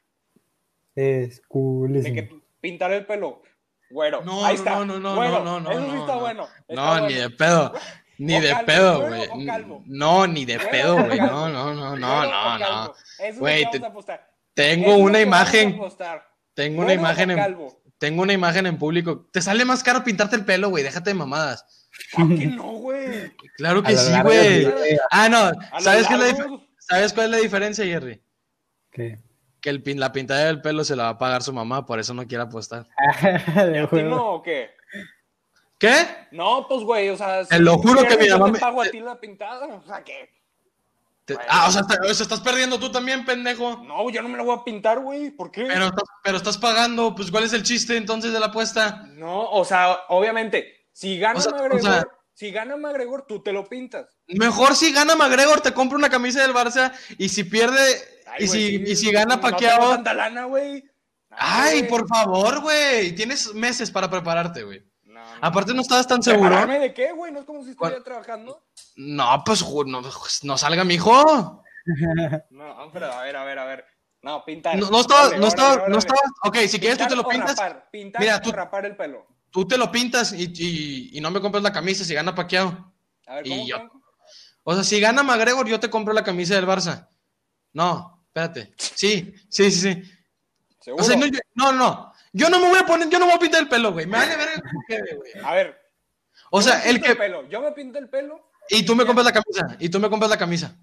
Speaker 3: es coolísimo.
Speaker 1: De que pintar el pelo. Güero.
Speaker 2: No,
Speaker 1: Ahí está.
Speaker 2: no, no, no,
Speaker 1: Güero.
Speaker 2: no, no,
Speaker 1: Eso sí
Speaker 2: no,
Speaker 1: está
Speaker 2: no.
Speaker 1: bueno. Está
Speaker 2: No, ni
Speaker 1: bueno.
Speaker 2: de pedo. Ni
Speaker 1: O
Speaker 2: de
Speaker 1: calvo,
Speaker 2: pedo,
Speaker 1: güey,
Speaker 2: güey.
Speaker 1: o calvo.
Speaker 2: No, ni de
Speaker 1: Güey,
Speaker 2: pedo,
Speaker 1: o
Speaker 2: güey.
Speaker 1: calvo.
Speaker 2: No, no, no,
Speaker 1: Güero
Speaker 2: no,
Speaker 1: o
Speaker 2: no,
Speaker 1: calvo.
Speaker 2: no.
Speaker 1: Eso es lo
Speaker 2: Güey,
Speaker 1: que vamos
Speaker 2: te-
Speaker 1: a apostar.
Speaker 2: Tengo
Speaker 1: Es lo que
Speaker 2: una
Speaker 1: vamos a
Speaker 2: imagen,
Speaker 1: apostar.
Speaker 2: tengo
Speaker 1: Güero
Speaker 2: una
Speaker 1: o
Speaker 2: imagen en,
Speaker 1: calvo.
Speaker 2: tengo una imagen en público. Te sale más caro pintarte el pelo, güey. Déjate de mamadas.
Speaker 1: Claro que no, güey.
Speaker 2: Claro
Speaker 3: A
Speaker 2: que
Speaker 3: lo
Speaker 2: sí,
Speaker 3: largo del
Speaker 2: güey.
Speaker 3: video, eh,
Speaker 2: Ah, no.
Speaker 1: lo
Speaker 2: ¿Sabes, qué es la
Speaker 1: largo.
Speaker 2: dif- ¿Sabes cuál es la diferencia, Jerry?
Speaker 3: que-
Speaker 2: Que el pin- la pintada del pelo se la va a pagar su mamá, por eso no quiere apostar.
Speaker 3: de
Speaker 1: ¿A ti
Speaker 3: huevo.
Speaker 1: no o qué?
Speaker 2: ¿Qué?
Speaker 1: No, pues, güey, o sea...
Speaker 2: Te lo juro que
Speaker 1: pierdes,
Speaker 2: mi
Speaker 1: yo
Speaker 2: mamá
Speaker 1: te
Speaker 2: me-
Speaker 1: pago a ti la pintada? O sea, ¿qué?
Speaker 2: Te-
Speaker 1: Bueno.
Speaker 2: ah, o sea, te- o sea, estás perdiendo tú también, pendejo.
Speaker 1: No, yo no me la voy a pintar, güey. ¿Por qué?
Speaker 2: Pero, estás- pero estás pagando, pues ¿cuál es el chiste entonces de la apuesta?
Speaker 1: No, o sea, obviamente, si gana
Speaker 2: O sea,
Speaker 1: McGregor,
Speaker 2: o sea-
Speaker 1: si gana McGregor, tú te lo pintas.
Speaker 2: Mejor si gana McGregor te compra una camisa del Barça y si pierde
Speaker 1: Ay,
Speaker 2: y, si,
Speaker 1: güey, sí,
Speaker 2: y si gana
Speaker 1: no tengo
Speaker 2: Paqueado.
Speaker 1: tanta lana, güey. No,
Speaker 2: Ay,
Speaker 1: güey.
Speaker 2: por favor, güey. Tienes meses para prepararte, güey.
Speaker 1: No, no.
Speaker 2: Aparte no estabas tan seguro.
Speaker 1: ¿Prepararme de qué, güey? No es como si estuviera
Speaker 2: ¿Cuál?
Speaker 1: trabajando.
Speaker 2: No, pues ju- no, no salga mi hijo.
Speaker 1: No, pero a ver, a ver, a ver. No, pintar.
Speaker 2: No, no estabas,
Speaker 1: Órale,
Speaker 2: no estabas,
Speaker 1: órale,
Speaker 2: no
Speaker 1: órale.
Speaker 2: estabas. Ok, si quieres tú
Speaker 1: Pintar
Speaker 2: te lo
Speaker 1: o
Speaker 2: pintas,
Speaker 1: Rapar, pintar
Speaker 2: Mira,
Speaker 1: o
Speaker 2: tú-
Speaker 1: rapar el pelo.
Speaker 2: tú te lo pintas y, y- y no me compras la camisa si gana Paqueado.
Speaker 1: A ver,
Speaker 2: Y
Speaker 1: ¿cómo?
Speaker 2: yo-
Speaker 1: cómo?
Speaker 2: O sea, si gana McGregor, yo te compro la camisa del Barça. No, espérate. Sí, sí, sí, sí.
Speaker 1: ¿Seguro?
Speaker 2: O sea, no, yo- no, no. Yo no me voy a poner, yo no me voy a pintar el pelo, güey. Me vale verga como quede, güey.
Speaker 1: A ver.
Speaker 2: O
Speaker 1: yo
Speaker 2: sea,
Speaker 1: me
Speaker 2: el
Speaker 1: pinto
Speaker 2: que.
Speaker 1: pelo. Yo me pinto el pelo.
Speaker 2: Y tú me compras la camisa. Y tú me compras la camisa.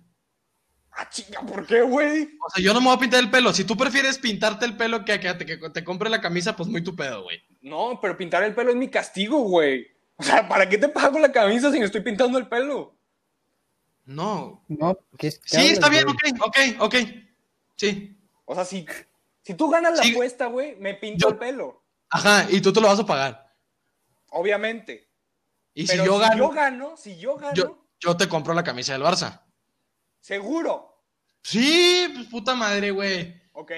Speaker 1: Ah, chinga, ¿por qué, güey?
Speaker 2: O sea, yo no me voy a pintar el pelo. Si tú prefieres pintarte el pelo que que te, que te compre la camisa, pues muy tu pedo, güey.
Speaker 1: No, pero pintar el pelo es mi castigo, güey. O sea, ¿para qué te pago la camisa si me estoy pintando el pelo?
Speaker 2: No.
Speaker 3: No, ¿qué- qué
Speaker 2: Sí,
Speaker 3: hablas,
Speaker 2: está bien,
Speaker 3: güey?
Speaker 2: ok, ok, ok. Sí.
Speaker 1: O sea, si, si tú ganas la
Speaker 2: Sí.
Speaker 1: apuesta, güey, me pinto
Speaker 2: Yo-
Speaker 1: el pelo.
Speaker 2: Ajá, y tú te lo vas a pagar.
Speaker 1: Obviamente.
Speaker 2: Y
Speaker 1: pero
Speaker 2: si yo gano,
Speaker 1: si yo gano, si yo gano,
Speaker 2: yo, yo te compro la camisa del Barça.
Speaker 1: seguro.
Speaker 2: Sí, pues puta madre, güey.
Speaker 1: Ok.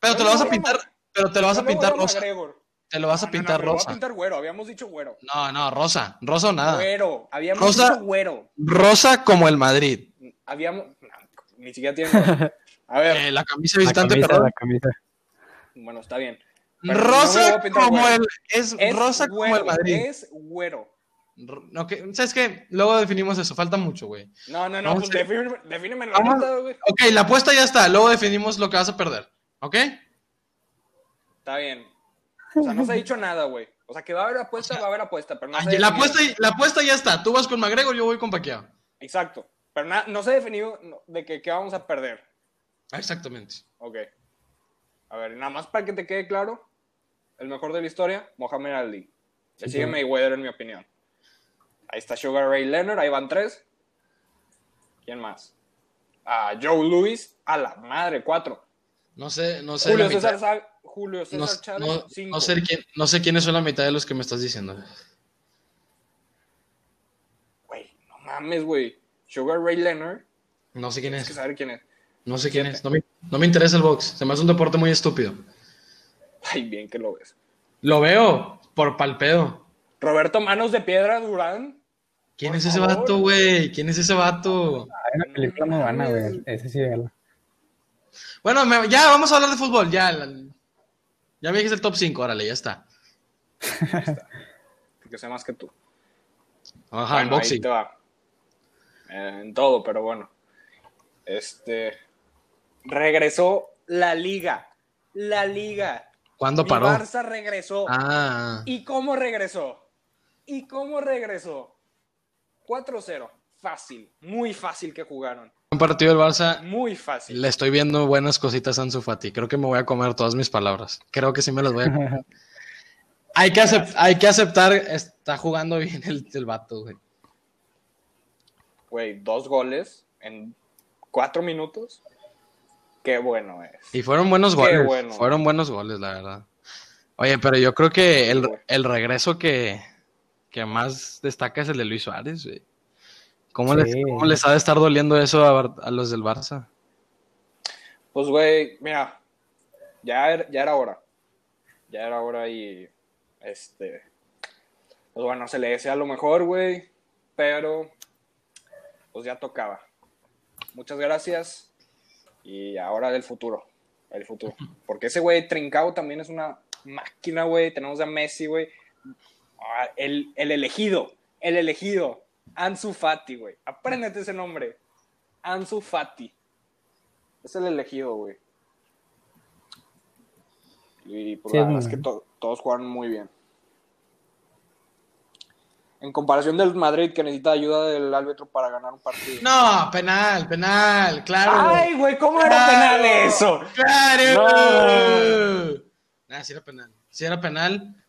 Speaker 2: Pero
Speaker 1: Yo
Speaker 2: te
Speaker 1: le
Speaker 2: lo vas a
Speaker 1: voy a
Speaker 2: pintar,
Speaker 1: Ma-
Speaker 2: pero te lo vas
Speaker 1: Yo
Speaker 2: a
Speaker 1: le voy
Speaker 2: pintar
Speaker 1: a
Speaker 2: rosa.
Speaker 1: McGregor.
Speaker 2: Te lo vas
Speaker 1: Ah, No,
Speaker 2: a
Speaker 1: no, no,
Speaker 2: pintar
Speaker 1: me lo voy
Speaker 2: rosa.
Speaker 1: a pintar güero, habíamos dicho güero.
Speaker 2: No, no, rosa. Rosa o nada.
Speaker 1: Güero, habíamos
Speaker 2: Rosa-
Speaker 1: dicho güero.
Speaker 2: Rosa como el Madrid.
Speaker 1: Habíamos. no, ni siquiera tiene. razón. A ver,
Speaker 2: Eh, la camisa
Speaker 3: La
Speaker 2: visitante,
Speaker 3: camisa,
Speaker 2: perdón.
Speaker 3: la camisa.
Speaker 1: bueno, está bien. pero no me
Speaker 2: Rosa
Speaker 1: voy a pintar
Speaker 2: como
Speaker 1: güero.
Speaker 2: el. Es,
Speaker 1: Es ¿eh?
Speaker 2: rosa como
Speaker 1: güero,
Speaker 2: el Madrid.
Speaker 1: Es güero.
Speaker 2: R- ok, ¿Sabes qué? Luego definimos eso. Falta mucho, güey.
Speaker 1: No, no, no,
Speaker 2: Vamos
Speaker 1: pues
Speaker 2: a-
Speaker 1: defíneme, defíneme la
Speaker 2: Vamos-
Speaker 1: neta, güey.
Speaker 2: Ok, la apuesta ya está. Luego definimos lo que vas a perder. ¿Ok?
Speaker 1: Está bien. O sea, no se ha dicho nada, güey. O sea, que va a haber apuesta, va a haber apuesta, pero no
Speaker 2: Ah,
Speaker 1: se ha
Speaker 2: la,
Speaker 1: definido.
Speaker 2: apuesta, la apuesta ya está. Tú vas con McGregor, yo voy con Paquiao.
Speaker 1: Exacto. Pero na- no se ha definido no, de que qué vamos a perder.
Speaker 2: Ah, Exactamente.
Speaker 1: Ok. A ver, nada más para que te quede claro, el mejor de la historia, Mohamed Ali. Le
Speaker 3: Sí,
Speaker 1: sigue
Speaker 3: claro.
Speaker 1: Mayweather, en mi opinión. Ahí está Sugar Ray Leonard, ahí van tres. ¿Quién más? Ah, Joe Louis, a la madre, cuatro.
Speaker 2: No sé, no sé.
Speaker 1: Julio
Speaker 2: la mitad.
Speaker 1: César, Sa- Julio
Speaker 2: No,
Speaker 1: César Chávez,
Speaker 2: no-
Speaker 1: cinco.
Speaker 2: no sé quién, no sé quiénes son la mitad de los que me estás diciendo.
Speaker 1: Güey, no mames, güey. Sugar Ray Leonard,
Speaker 2: No sé quién
Speaker 1: tienes que
Speaker 2: es.
Speaker 1: saber quién es.
Speaker 2: No sé quién es. No me, no me interesa el box. Se me hace un deporte muy estúpido.
Speaker 1: Ay, bien que lo ves.
Speaker 2: Lo veo por palpedo.
Speaker 1: Roberto Manos de Piedra Durán.
Speaker 2: ¿Quién
Speaker 1: Por
Speaker 2: es ese
Speaker 1: favor.
Speaker 2: vato, güey? ¿Quién es ese vato?
Speaker 3: Hay una Ah, película muy buena, güey. Ese sí, véala.
Speaker 2: Bueno, me- ya vamos a hablar de fútbol. Ya, la- ya me dijiste el top 5. Órale, ya está.
Speaker 1: Porque sé más que tú.
Speaker 2: Ajá,
Speaker 1: Bueno, ahí
Speaker 2: unboxing.
Speaker 1: te va. Eh, en todo, pero bueno. Este. Regresó la liga. La liga.
Speaker 2: ¿Cuándo
Speaker 1: Mi
Speaker 2: paró?
Speaker 1: Barça regresó.
Speaker 2: Ah,
Speaker 1: ¿Y cómo regresó? ¿Y cómo regresó? 4-0. Fácil. Muy fácil que jugaron.
Speaker 2: buen partido del Barça.
Speaker 1: Muy fácil.
Speaker 2: Le estoy viendo buenas cositas a Ansu Fati. Creo que me voy a comer todas mis palabras. Creo que sí me las voy a comer. hay, que acep- hay que aceptar, está jugando bien el, el vato, güey.
Speaker 1: Güey, dos goles en cuatro minutos. Qué bueno es.
Speaker 2: Y fueron buenos goles.
Speaker 1: bueno.
Speaker 2: Fueron buenos goles, la verdad. Oye, pero yo creo que el,
Speaker 1: güey.
Speaker 2: el regreso que, que más destaca es el de Luis Suárez, güey. ¿Cómo,
Speaker 3: Sí.
Speaker 2: les, cómo les ha de estar doliendo eso a, Bar- a los del Barça?
Speaker 1: Pues, güey, mira, ya era, ya era hora. Ya era hora y, este, pues bueno, se le desea lo mejor, güey, pero, pues ya tocaba. Muchas gracias y ahora del futuro, el futuro. Porque ese güey Trincao también es una máquina, güey, tenemos a Messi, güey. Ah, El, el elegido, el elegido, Ansu Fati, güey. Apréndete ese nombre, Ansu Fati. Es el elegido, güey. Y por
Speaker 3: Sí,
Speaker 1: la
Speaker 3: es muy
Speaker 1: verdad es que
Speaker 3: bueno.
Speaker 1: to- todos jugaron muy bien. En comparación del Madrid, que necesita ayuda del árbitro para ganar un partido.
Speaker 2: No, penal, penal, claro.
Speaker 1: ¡Ay, güey! ¿Cómo era
Speaker 2: Claro.
Speaker 1: penal eso?
Speaker 2: ¡Claro! Nah, sí era penal. Sí era penal.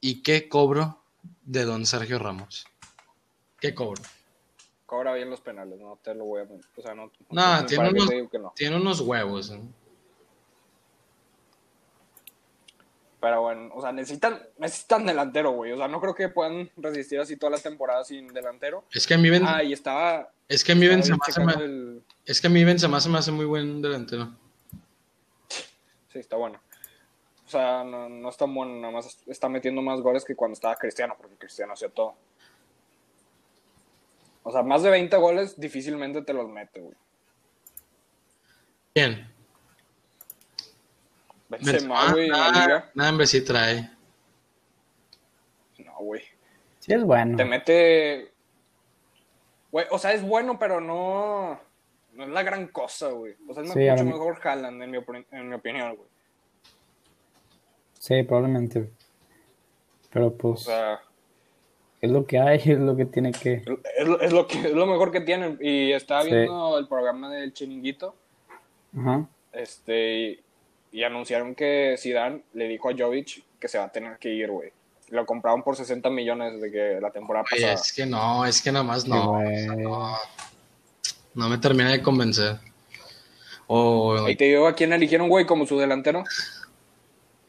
Speaker 2: ¿Y qué cobro de don Sergio Ramos? ¿Qué cobro?
Speaker 1: Cobra bien los penales, no te lo voy a... O sea, no...
Speaker 2: No,
Speaker 1: ¿para
Speaker 2: tiene
Speaker 1: qué
Speaker 2: unos,
Speaker 1: te digo que no?
Speaker 2: tiene unos huevos. ¿no?
Speaker 1: Pero bueno, o sea, necesitan, necesitan delantero, güey. O sea, no creo que puedan resistir así toda la temporada sin delantero.
Speaker 2: Es que a mí, Ben-
Speaker 1: Ah, y estaba...
Speaker 2: es que a mí Benzema
Speaker 1: estaba
Speaker 2: se me,
Speaker 1: checando el-
Speaker 2: es que a mí Benzema se me hace muy buen delantero.
Speaker 1: Sí, está bueno. O sea, no, no es tan bueno, nada más está metiendo más goles que cuando estaba Cristiano, porque Cristiano hacía todo. O sea, más de 20 goles difícilmente te los mete, güey.
Speaker 2: Bien. Ah,
Speaker 1: Benzema, güey, en la
Speaker 2: nada,
Speaker 1: liga.
Speaker 2: nada, hombre, sí trae.
Speaker 1: No, güey.
Speaker 3: Sí, es bueno.
Speaker 1: Te mete. Güey, o sea, es bueno, pero no. No es la gran cosa, güey. O sea, es
Speaker 3: Sí,
Speaker 1: mucho
Speaker 3: ahora-
Speaker 1: mejor Haaland, en mi, opin- en mi opinión, güey.
Speaker 3: Sí, probablemente. Pero
Speaker 1: O
Speaker 3: pues
Speaker 1: sea,
Speaker 3: es lo que hay, es lo que tiene que.
Speaker 1: es, lo- es lo que, es lo mejor que tienen. Y estaba
Speaker 3: Sí.
Speaker 1: viendo el programa del Chiringuito.
Speaker 3: Ajá.
Speaker 1: Este. Y, y anunciaron que Zidane le dijo a Jovic que se va a tener que ir, güey. Lo compraron por 60 millones de que la temporada
Speaker 2: Oye,
Speaker 1: pasada.
Speaker 2: es que no, es que nada más
Speaker 3: Qué
Speaker 2: no.
Speaker 3: bueno.
Speaker 2: no. No me termina de convencer. O
Speaker 1: Y te digo a quién eligieron, güey, como su delantero.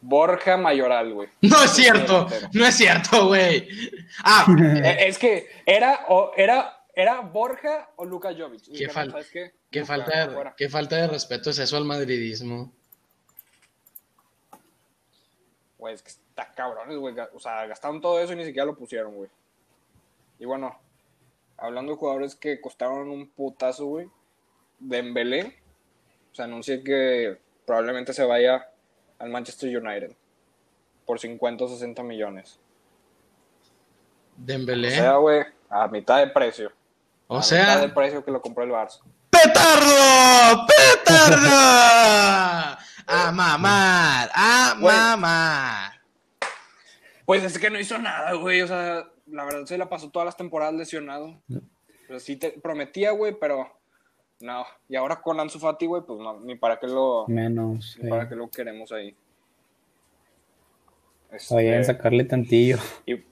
Speaker 1: Borja Mayoral, güey.
Speaker 2: No es cierto, no es cierto, güey. Ah,
Speaker 1: Eh, Es que era o era era Borja o Luka Jovic. Y
Speaker 2: Qué
Speaker 1: dijeron,
Speaker 2: fal-
Speaker 1: "¿Sabes qué?
Speaker 2: qué
Speaker 1: Luka,
Speaker 2: falta, de,
Speaker 1: fuera".
Speaker 2: qué falta de respeto es eso al madridismo.
Speaker 1: Güey, es que está cabrones, güey. O sea, gastaron todo eso y ni siquiera lo pusieron, güey. Y bueno, hablando de jugadores que costaron un putazo, güey. Dembélé se anuncia que probablemente se vaya al Manchester United por 50 o 60 millones.
Speaker 2: Dembélé.
Speaker 1: O sea, güey, a mitad de precio.
Speaker 2: O
Speaker 1: a
Speaker 2: sea,
Speaker 1: mitad de precio que lo compró el Barça.
Speaker 2: ¡Petardo! ¡Petardo! ¡A mamar! ¡A
Speaker 1: Güey.
Speaker 2: mamar!
Speaker 1: Pues es que no hizo nada, güey. O sea, la verdad se la pasó todas las temporadas lesionado. Pero sí te prometía, güey, pero no. Y ahora con Ansu Fati, güey, pues no, ni para qué lo,
Speaker 3: Menos.
Speaker 1: ni
Speaker 3: eh.
Speaker 1: para qué lo queremos ahí. Este,
Speaker 3: Oye, sacarle tantillo.
Speaker 1: y-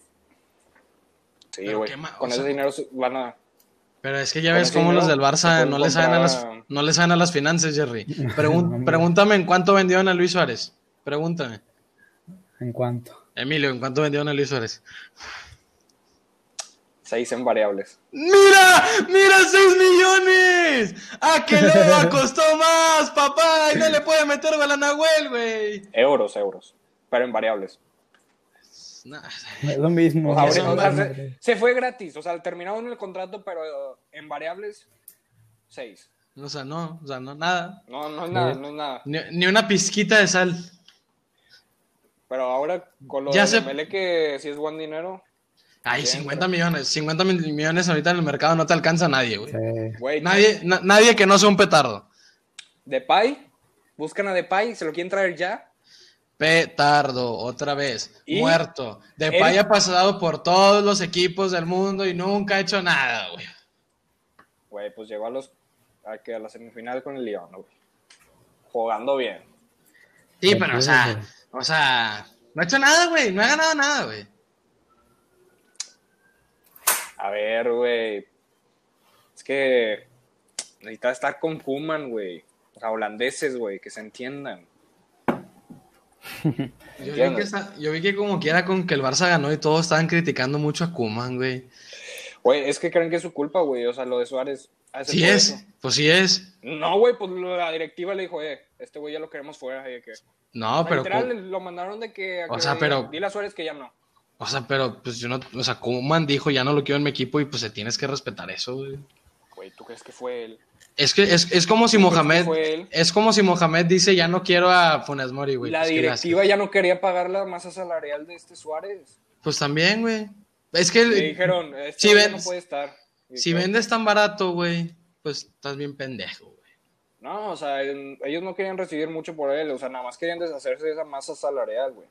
Speaker 1: Sí,
Speaker 2: Pero
Speaker 1: güey.
Speaker 2: qué ma-
Speaker 1: Con
Speaker 2: o
Speaker 1: ese
Speaker 2: sea-
Speaker 1: dinero se- van a.
Speaker 2: Pero es que ya
Speaker 1: Con
Speaker 2: ves
Speaker 1: ese
Speaker 2: cómo los del
Speaker 1: dinero se
Speaker 2: Barça
Speaker 1: pueden
Speaker 2: no les, saben a las,
Speaker 1: comprar-
Speaker 2: no les saben a las finanzas, Jerry. Pregun-
Speaker 3: No, no.
Speaker 2: pregúntame en cuánto vendieron a Luis Suárez. Pregúntame.
Speaker 3: ¿En cuanto
Speaker 2: Emilio, ¿en cuánto vendieron a Luis Suárez?
Speaker 1: Se dicen variables.
Speaker 2: ¡Mira! ¡Mira 6 millones! ¡A que Leva costó más, papá! ¡Y no le puede meter gol a Nahuel, güey!
Speaker 1: Euros, euros. Pero en variables.
Speaker 2: Nah,
Speaker 3: Es lo mismo.
Speaker 1: O sea,
Speaker 2: Eso
Speaker 1: ahorita- o
Speaker 2: no
Speaker 1: sea,
Speaker 2: Pues, es
Speaker 1: se, se fue gratis. O sea, terminaron el contrato, pero eh, en variables, seis.
Speaker 2: o sea, no, o sea, no, nada.
Speaker 1: No, no es nada, no es nada.
Speaker 2: Ni, ni una pizquita de sal.
Speaker 1: Pero ahora con lo
Speaker 2: Ya
Speaker 1: de
Speaker 2: se-
Speaker 1: Dembélé, que si es buen dinero,
Speaker 2: Ay,
Speaker 1: Bien,
Speaker 2: 50 millones. 50 mil- millones ahorita en el mercado no te alcanza nadie, güey.
Speaker 3: Sí.
Speaker 1: güey,
Speaker 2: Nadie, na- nadie que no sea un petardo.
Speaker 1: Depay, buscan a Depay, se lo quieren traer ya.
Speaker 2: Petardo, otra vez.
Speaker 1: Y
Speaker 2: Muerto. Depay
Speaker 1: él-
Speaker 2: ha pasado por todos los equipos del mundo y nunca ha hecho nada, güey.
Speaker 1: Güey, pues llegó a los a que a la semifinal con el Lyon, güey. Jugando bien.
Speaker 2: Sí, pero o sea, o sea, no ha hecho nada, güey. No ha ganado nada, güey.
Speaker 1: A ver, güey. Es que necesita estar con Kuman, güey. O sea, holandeses, güey, que se entiendan.
Speaker 2: Yo vi, que esa- yo vi que como quiera con que el Barça ganó y todos estaban criticando mucho a Kuman, güey.
Speaker 1: Güey, es que creen que es su culpa, güey. O sea, lo de Suárez. hace
Speaker 2: Sí
Speaker 1: todo
Speaker 2: es,
Speaker 1: eso.
Speaker 2: pues sí es.
Speaker 1: No, güey, pues la directiva le dijo, eh, este güey ya lo queremos fuera. Y de que...
Speaker 2: No, pero
Speaker 1: Literal,
Speaker 2: Ku-
Speaker 1: lo mandaron de que... a
Speaker 2: O
Speaker 1: que
Speaker 2: sea,
Speaker 1: le-
Speaker 2: pero-
Speaker 1: Dile a Suárez que ya no.
Speaker 2: o sea, pero pues yo no, o sea, Kuman dijo, ya no lo quiero en mi equipo y pues se tienes que respetar eso, güey.
Speaker 1: Güey, ¿tú crees que fue él?
Speaker 2: Es que es, es como si Mohamed
Speaker 1: fue él.
Speaker 2: es como si Mohamed dice, ya no quiero a Funes Mori, güey.
Speaker 1: la
Speaker 2: pues, ¿qué le haces?
Speaker 1: directiva ya no quería pagar la masa salarial de este Suárez.
Speaker 2: Pues también, güey. Es que
Speaker 1: Le
Speaker 2: el-
Speaker 1: dijeron, este
Speaker 2: si
Speaker 1: güey
Speaker 2: ven-
Speaker 1: no puede estar. Y
Speaker 2: si
Speaker 1: dijeron,
Speaker 2: vendes tan barato, güey, pues estás bien pendejo, güey.
Speaker 1: No, o sea, en- ellos no querían recibir mucho por él, o sea, nada más querían deshacerse de esa masa salarial, güey.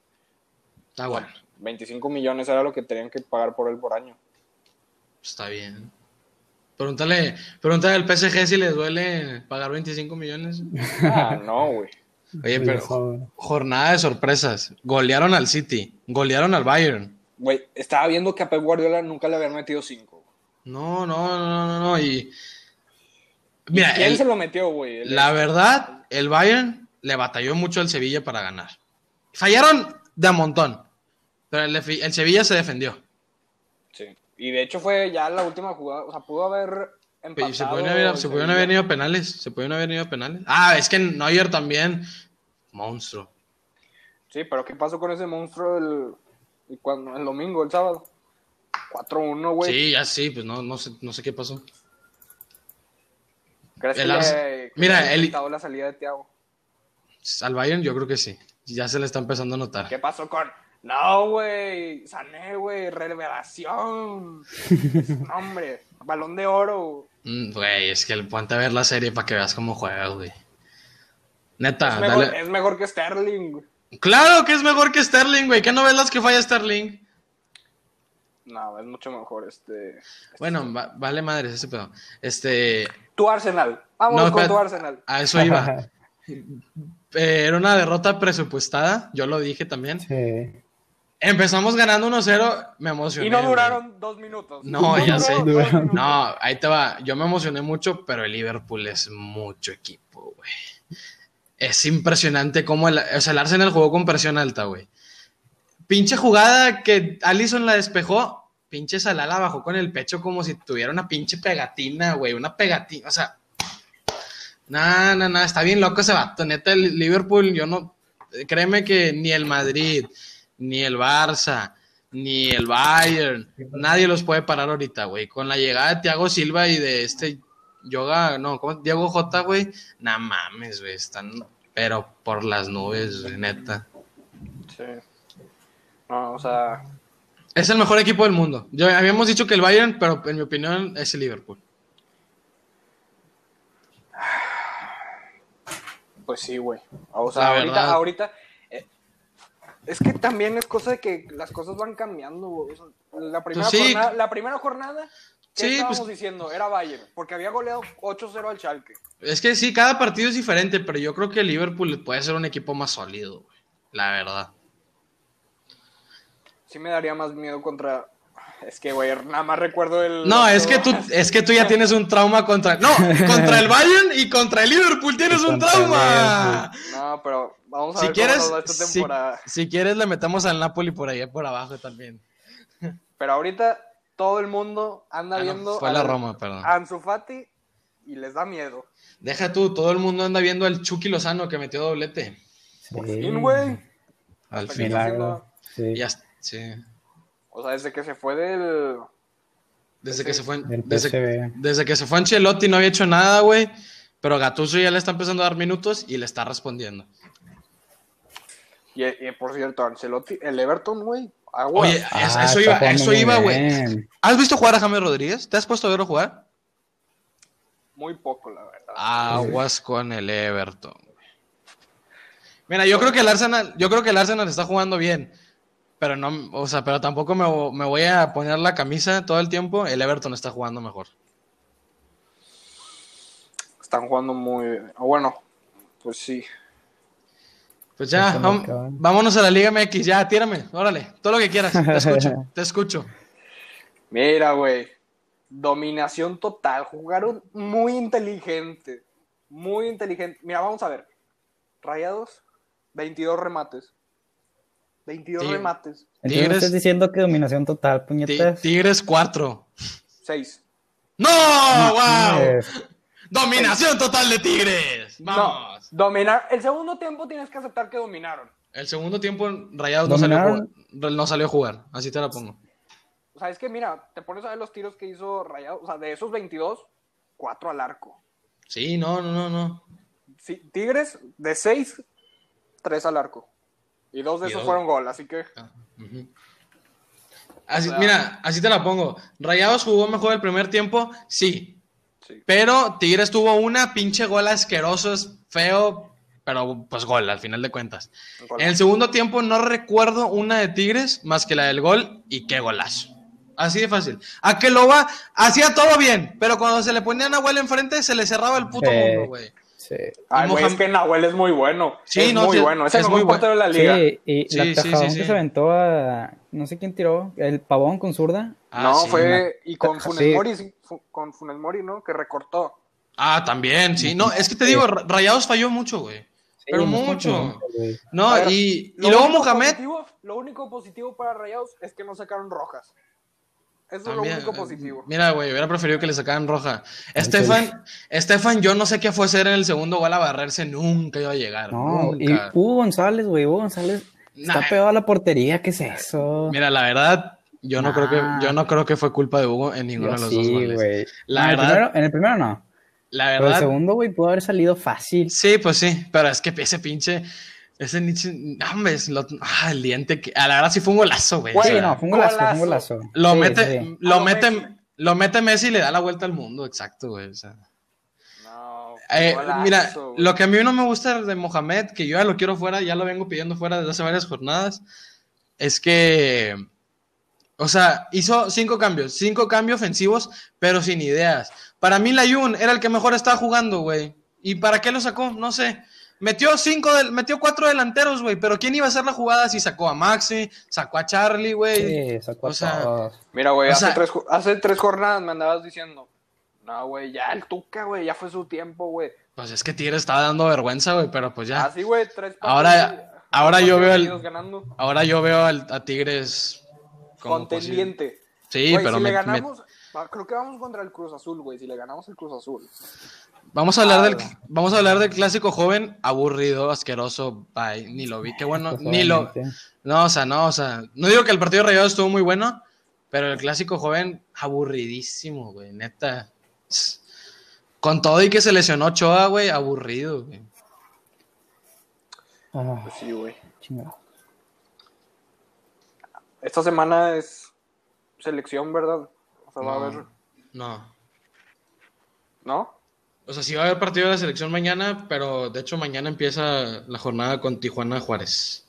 Speaker 2: Está bueno,
Speaker 1: 25 millones era lo que tenían que pagar por él por año.
Speaker 2: pues, está bien. Pregúntale, pregúntale al PSG si les duele pagar 25 millones.
Speaker 1: Ah, no, güey.
Speaker 2: Oye,
Speaker 3: Sí,
Speaker 2: pero
Speaker 3: joder.
Speaker 2: jo- jornada de sorpresas. Golearon al City, golearon al Bayern.
Speaker 1: Güey, estaba viendo que a Pep Guardiola nunca le habían metido 5.
Speaker 2: No, no, no, no, no. Y mira,
Speaker 1: ¿Quién
Speaker 2: el-
Speaker 1: se lo metió, güey? El-
Speaker 2: la verdad, el Bayern le batalló mucho al Sevilla para ganar. Fallaron de a montón, pero el, el Sevilla se defendió.
Speaker 1: Sí. Y de hecho fue ya la última jugada, o sea, pudo haber empatado.
Speaker 2: Oye, se pudieron haber,
Speaker 1: el
Speaker 2: se pudieron
Speaker 1: Sevilla.
Speaker 2: haber ido a penales. Se pudieron haber ido a penales. Ah, es que Neuer también. Monstruo.
Speaker 1: Sí, pero ¿qué pasó con ese monstruo el, el cuando- el domingo, el sábado? 4-1, güey.
Speaker 2: Sí, ya sí, pues no, no, sé, no sé qué pasó.
Speaker 1: ¿Crees
Speaker 2: el
Speaker 1: que
Speaker 2: Arse-
Speaker 1: le- que
Speaker 2: Mira,
Speaker 1: le haya
Speaker 2: el-
Speaker 1: afectado la salida de Thiago?
Speaker 2: Al Bayern yo creo que sí. Ya se le está empezando a notar.
Speaker 1: ¿Qué pasó con.? No, güey. Sané, güey. Revelación. No, hombre. Balón de oro.
Speaker 2: Mm, Güey, es que el ponte a ver la serie para que veas cómo juega, güey. Neta,
Speaker 1: es, mejor,
Speaker 2: Ah, dale.
Speaker 1: es mejor que Sterling. güey.
Speaker 2: Claro que es mejor que Sterling, güey. ¿Qué no ves las que falla Sterling?
Speaker 1: No, es mucho mejor este.
Speaker 2: Bueno, va- vale madres ese pedo. Este.
Speaker 1: Tu Arsenal. Vamos
Speaker 2: no,
Speaker 1: con
Speaker 2: espérate,
Speaker 1: tu Arsenal.
Speaker 2: A eso iba. Eh, Era una derrota presupuestada, yo lo dije también.
Speaker 3: Sí.
Speaker 2: Empezamos ganando 1-0, me emocioné.
Speaker 1: Y no
Speaker 2: güey.
Speaker 1: duraron dos minutos.
Speaker 2: No, ya
Speaker 1: duraron
Speaker 2: sé.
Speaker 1: dos
Speaker 3: Duraron.
Speaker 1: minutos.
Speaker 2: No, ahí te va. Yo me emocioné mucho, pero el Liverpool es mucho equipo, güey. Es impresionante cómo el, o sea, el Arsenal jugó con presión alta, güey. Pinche jugada que Allison la despejó, pinche Salah la bajó con el pecho como si tuviera una pinche pegatina, güey, una pegatina, o sea, no, no, no, está bien loco ese vato, neta, el Liverpool, yo no, créeme que ni el Madrid, ni el Barça, ni el Bayern, nadie los puede parar ahorita, güey. Con la llegada de Thiago Silva y de este Yoga, no, ¿cómo? Diego J, güey. Nah mames, güey, están, pero por las nubes, güey, neta.
Speaker 1: Sí. No, o sea.
Speaker 2: Es el mejor equipo del mundo. Yo, habíamos dicho que el Bayern, pero en mi opinión es el Liverpool.
Speaker 1: Pues sí, güey. O sea,
Speaker 2: La
Speaker 1: ahorita,
Speaker 2: verdad.
Speaker 1: ahorita eh, es que también es cosa de que las cosas van cambiando, güey. O sea, la, primera
Speaker 2: Pues sí.
Speaker 1: jornada, la primera jornada, ¿qué
Speaker 2: Sí,
Speaker 1: estábamos
Speaker 2: pues-
Speaker 1: diciendo? Era Bayern, porque había goleado 8-0 al Schalke.
Speaker 2: Es que sí, cada partido es diferente, pero yo creo que el Liverpool puede ser un equipo más sólido, güey. La verdad.
Speaker 1: Sí me daría más miedo contra... Es que, güey, nada más recuerdo el...
Speaker 2: No, es que tú, es que tú ya tienes un trauma contra. No, contra el Bayern y contra el Liverpool tienes
Speaker 3: Y
Speaker 2: un
Speaker 3: contra
Speaker 2: trauma.
Speaker 1: No, pero vamos a
Speaker 2: Si
Speaker 1: ver
Speaker 2: quieres,
Speaker 1: cómo nos va esta
Speaker 2: si,
Speaker 1: temporada.
Speaker 2: si quieres le metemos al Napoli por allá por abajo también.
Speaker 1: Pero ahorita todo el mundo anda
Speaker 2: Ah, no,
Speaker 1: viendo
Speaker 2: fue la
Speaker 1: al- Ah.
Speaker 2: Roma, perdón.
Speaker 1: a Ansu Fati y les da miedo.
Speaker 2: Deja tú, todo el mundo anda viendo al Chucky Lozano que metió doblete.
Speaker 1: Por
Speaker 3: Sí.
Speaker 1: fin, güey.
Speaker 2: Al
Speaker 1: Hasta
Speaker 2: fin.
Speaker 1: que-
Speaker 3: Milagro. Sí.
Speaker 2: Ya, sí.
Speaker 1: O sea, desde que se fue del...
Speaker 2: Desde que se fue,
Speaker 3: Del
Speaker 2: desde,
Speaker 3: PSV.
Speaker 2: desde que se fue Ancelotti no había hecho nada, güey. Pero Gattuso ya le está empezando a dar minutos y le está respondiendo.
Speaker 1: Y, y, por cierto, Ancelotti, el Everton, güey. aguas.
Speaker 2: Oye,
Speaker 3: Ah,
Speaker 2: es- eso
Speaker 3: está
Speaker 2: iba,
Speaker 3: jugando
Speaker 2: eso
Speaker 3: muy
Speaker 2: iba, güey.
Speaker 3: bien.
Speaker 2: ¿Has visto jugar a James Rodríguez? ¿Te has puesto a verlo jugar?
Speaker 1: Muy poco, la verdad.
Speaker 2: Aguas con el Everton. güey. Mira, yo creo que el Arsenal, yo creo que el Arsenal está jugando bien. Pero no, o sea, pero tampoco me, vo- me voy a poner la camisa todo el tiempo. El Everton está jugando mejor.
Speaker 1: están jugando muy bien. O bueno, pues sí.
Speaker 2: Pues ya, vam- vámonos a la Liga MX, ya, tírame, órale, todo lo que quieras, te escucho, te escucho.
Speaker 1: Mira, güey. Dominación total. Jugaron muy inteligente. Muy inteligente. Mira, vamos a ver. Rayados, 22 remates. 22
Speaker 2: Sí.
Speaker 1: remates.
Speaker 3: Entonces me
Speaker 2: Tigres-
Speaker 3: estás diciendo que dominación total,
Speaker 2: Ti-
Speaker 3: puñetas.
Speaker 2: Tigres 4.
Speaker 1: 6.
Speaker 2: ¡No! ¡Wow!
Speaker 3: Pues,
Speaker 2: ¡Dominación total de Tigres! ¡Vamos!
Speaker 1: No, dominar. El segundo tiempo tienes que aceptar que dominaron.
Speaker 2: El segundo tiempo Rayados no salió, a
Speaker 3: Dominaron.
Speaker 2: jugar- no salió a jugar, así te la pongo.
Speaker 1: O sea, es que mira, te pones a ver los tiros que hizo Rayados. O sea, de esos 22, 4 al arco.
Speaker 2: Sí, no, no, no, no.
Speaker 1: Sí, Tigres, de 6, 3 al arco. Y dos de
Speaker 2: Y
Speaker 1: esos
Speaker 2: dos.
Speaker 1: fueron gol, así que.
Speaker 2: Ah, ujú. Así,
Speaker 1: O sea-
Speaker 2: mira, así te la pongo. Rayados jugó mejor el primer tiempo, sí.
Speaker 1: Sí.
Speaker 2: Pero Tigres tuvo una pinche gol asqueroso, es feo, pero pues gol al final de cuentas.
Speaker 1: gol.
Speaker 2: En el segundo tiempo no recuerdo una de Tigres más que la del gol y qué golazo. Así de fácil. A que lo va, hacía todo bien, pero cuando se le ponía a Nahuel enfrente se le cerraba el puto
Speaker 3: Sí.
Speaker 2: mundo, güey.
Speaker 3: sí.
Speaker 1: Ay,
Speaker 2: Y
Speaker 1: güey,
Speaker 2: Mohamed-
Speaker 1: es que Nahuel es muy bueno.
Speaker 2: Sí,
Speaker 1: es
Speaker 2: no,
Speaker 1: muy
Speaker 2: sí,
Speaker 1: bueno. Es el
Speaker 2: es
Speaker 1: mejor
Speaker 2: muy bueno.
Speaker 1: portero de la liga.
Speaker 3: Sí, y
Speaker 2: Sí,
Speaker 3: la
Speaker 2: sí, sí,
Speaker 3: tajadón
Speaker 2: sí.
Speaker 3: que se aventó a. No sé quién tiró, el pavón con zurda.
Speaker 2: Ah,
Speaker 1: no,
Speaker 2: sí.
Speaker 1: fue. Y con
Speaker 3: Sí.
Speaker 1: Funes Mori, sí, fu- con Funes Mori, ¿no? Que recortó.
Speaker 2: Ah, también, sí. No, es que te digo, Ra- Rayados falló mucho, güey.
Speaker 3: Sí,
Speaker 2: Pero
Speaker 3: no es
Speaker 2: mucho.
Speaker 3: contundente, güey.
Speaker 2: No,
Speaker 1: A ver,
Speaker 2: y, y
Speaker 1: Lo
Speaker 2: luego
Speaker 1: único
Speaker 2: Mohamed.
Speaker 1: positivo- lo único positivo para Rayados es que no sacaron rojas. Eso
Speaker 2: también,
Speaker 1: es lo único
Speaker 2: eh,
Speaker 1: positivo.
Speaker 2: Mira, güey, hubiera preferido que le sacaran roja. Estefan, Estefan, yo no sé qué fue hacer en el segundo gol a barrerse, nunca iba a llegar.
Speaker 3: No, y
Speaker 2: nunca.
Speaker 3: Hugo González, güey, Hugo González
Speaker 2: Nah.
Speaker 3: está pegado a la portería, ¿qué es eso?
Speaker 2: Mira, la verdad, yo no
Speaker 3: Nah.
Speaker 2: creo que yo no creo que fue culpa de Hugo en ninguno
Speaker 3: Yo
Speaker 2: de los
Speaker 3: sí,
Speaker 2: dos goles.
Speaker 3: güey.
Speaker 2: La
Speaker 3: No, el
Speaker 2: verdad-
Speaker 3: primero- en el primero no.
Speaker 2: La
Speaker 3: Pero el
Speaker 2: verdad,
Speaker 3: segundo, güey, pudo haber salido fácil.
Speaker 2: sí, pues sí, pero es que ese pinche ese Nietzsche, no, hombre, es lo- ah, el diente que a la verdad sí fue un golazo, güey.
Speaker 1: Güey,
Speaker 2: o
Speaker 3: Sí,
Speaker 2: sea,
Speaker 3: no, fue un golazo, fue un
Speaker 1: Golazo.
Speaker 3: golazo.
Speaker 2: Lo
Speaker 3: Sí,
Speaker 2: mete
Speaker 3: sí, sí.
Speaker 1: A
Speaker 2: lo
Speaker 1: lo
Speaker 2: mete
Speaker 1: Messi.
Speaker 2: lo mete Messi y le da la vuelta al mundo, exacto, güey. o sea.
Speaker 1: No,
Speaker 2: Eh,
Speaker 1: golazo,
Speaker 2: mira,
Speaker 1: güey.
Speaker 2: lo que a mí no me gusta de Mohamed, que yo ya lo quiero fuera, ya lo vengo pidiendo fuera desde hace varias jornadas, es que, o sea, hizo cinco cambios, cinco cambios ofensivos, pero sin ideas. Para mí Layun era el que mejor estaba jugando, güey. ¿Y para qué lo sacó? No sé. Metió cinco, del- metió cuatro delanteros, güey, pero ¿quién iba a hacer la jugada si sacó a Maxi, sacó a Charlie, güey?
Speaker 3: Sí, sacó a
Speaker 2: o sea,
Speaker 3: todos.
Speaker 1: Mira, güey,
Speaker 2: o
Speaker 1: hace,
Speaker 2: sea-
Speaker 1: tres, ju- hace tres jornadas me andabas diciendo. No, güey, ya el Tuca, güey, ya fue su tiempo, güey.
Speaker 2: Pues es que Tigre estaba dando vergüenza, güey, pero pues ya.
Speaker 1: Así, güey, tres
Speaker 2: Ahora- ahora
Speaker 1: Pues
Speaker 2: yo veo el-
Speaker 1: seguidos ganando.
Speaker 2: Ahora yo veo al- a Tigres como posible.
Speaker 1: Contendiente.
Speaker 2: Sí,
Speaker 1: Güey,
Speaker 2: pero
Speaker 1: si le
Speaker 2: me- me-
Speaker 1: ganamos, va, creo que vamos contra el Cruz Azul, güey. Si le ganamos el Cruz Azul.
Speaker 2: vamos a hablar del
Speaker 1: Ah.
Speaker 2: vamos a hablar del clásico joven aburrido, asqueroso, bye, ni lo vi. Qué bueno,
Speaker 3: Pues,
Speaker 2: ni lo
Speaker 3: obviamente.
Speaker 2: No, o sea, no, o sea, no digo que el partido de Rayados estuvo muy bueno, pero el clásico joven aburridísimo, güey, neta. Con todo y que se lesionó Choa, güey, aburrido, güey.
Speaker 3: Ah,
Speaker 1: Pues Sí, güey.
Speaker 3: chingado.
Speaker 1: Esta semana es selección, ¿verdad? O sea, va a haber.
Speaker 2: No.
Speaker 1: ¿No?
Speaker 2: O sea, sí va a haber partido de la selección mañana, pero de hecho mañana empieza la jornada con Tijuana Juárez.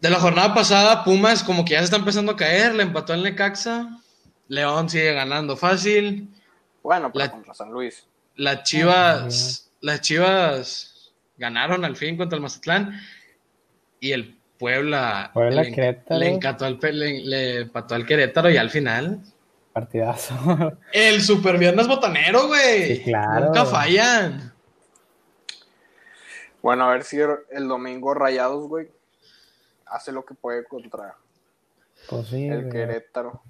Speaker 2: De la jornada pasada, Pumas como que ya se está empezando a caer, le empató el Necaxa, León sigue ganando fácil,
Speaker 1: Bueno, pero
Speaker 2: La-
Speaker 1: contra San Luis.
Speaker 2: las
Speaker 3: Ah,
Speaker 2: Chivas, las Chivas ganaron al fin contra el Mazatlán y el Puebla,
Speaker 3: Puebla,
Speaker 2: le,
Speaker 3: Querétaro.
Speaker 2: le encató al Pe- le- le empató al Querétaro y al final
Speaker 3: Partidazo.
Speaker 2: el super viernes botanero, güey.
Speaker 3: Sí, claro.
Speaker 2: Nunca fallan.
Speaker 1: Bueno, a ver si el domingo Rayados, güey, hace lo que puede contra
Speaker 3: Pues sí,
Speaker 1: el
Speaker 3: güey.
Speaker 1: Querétaro.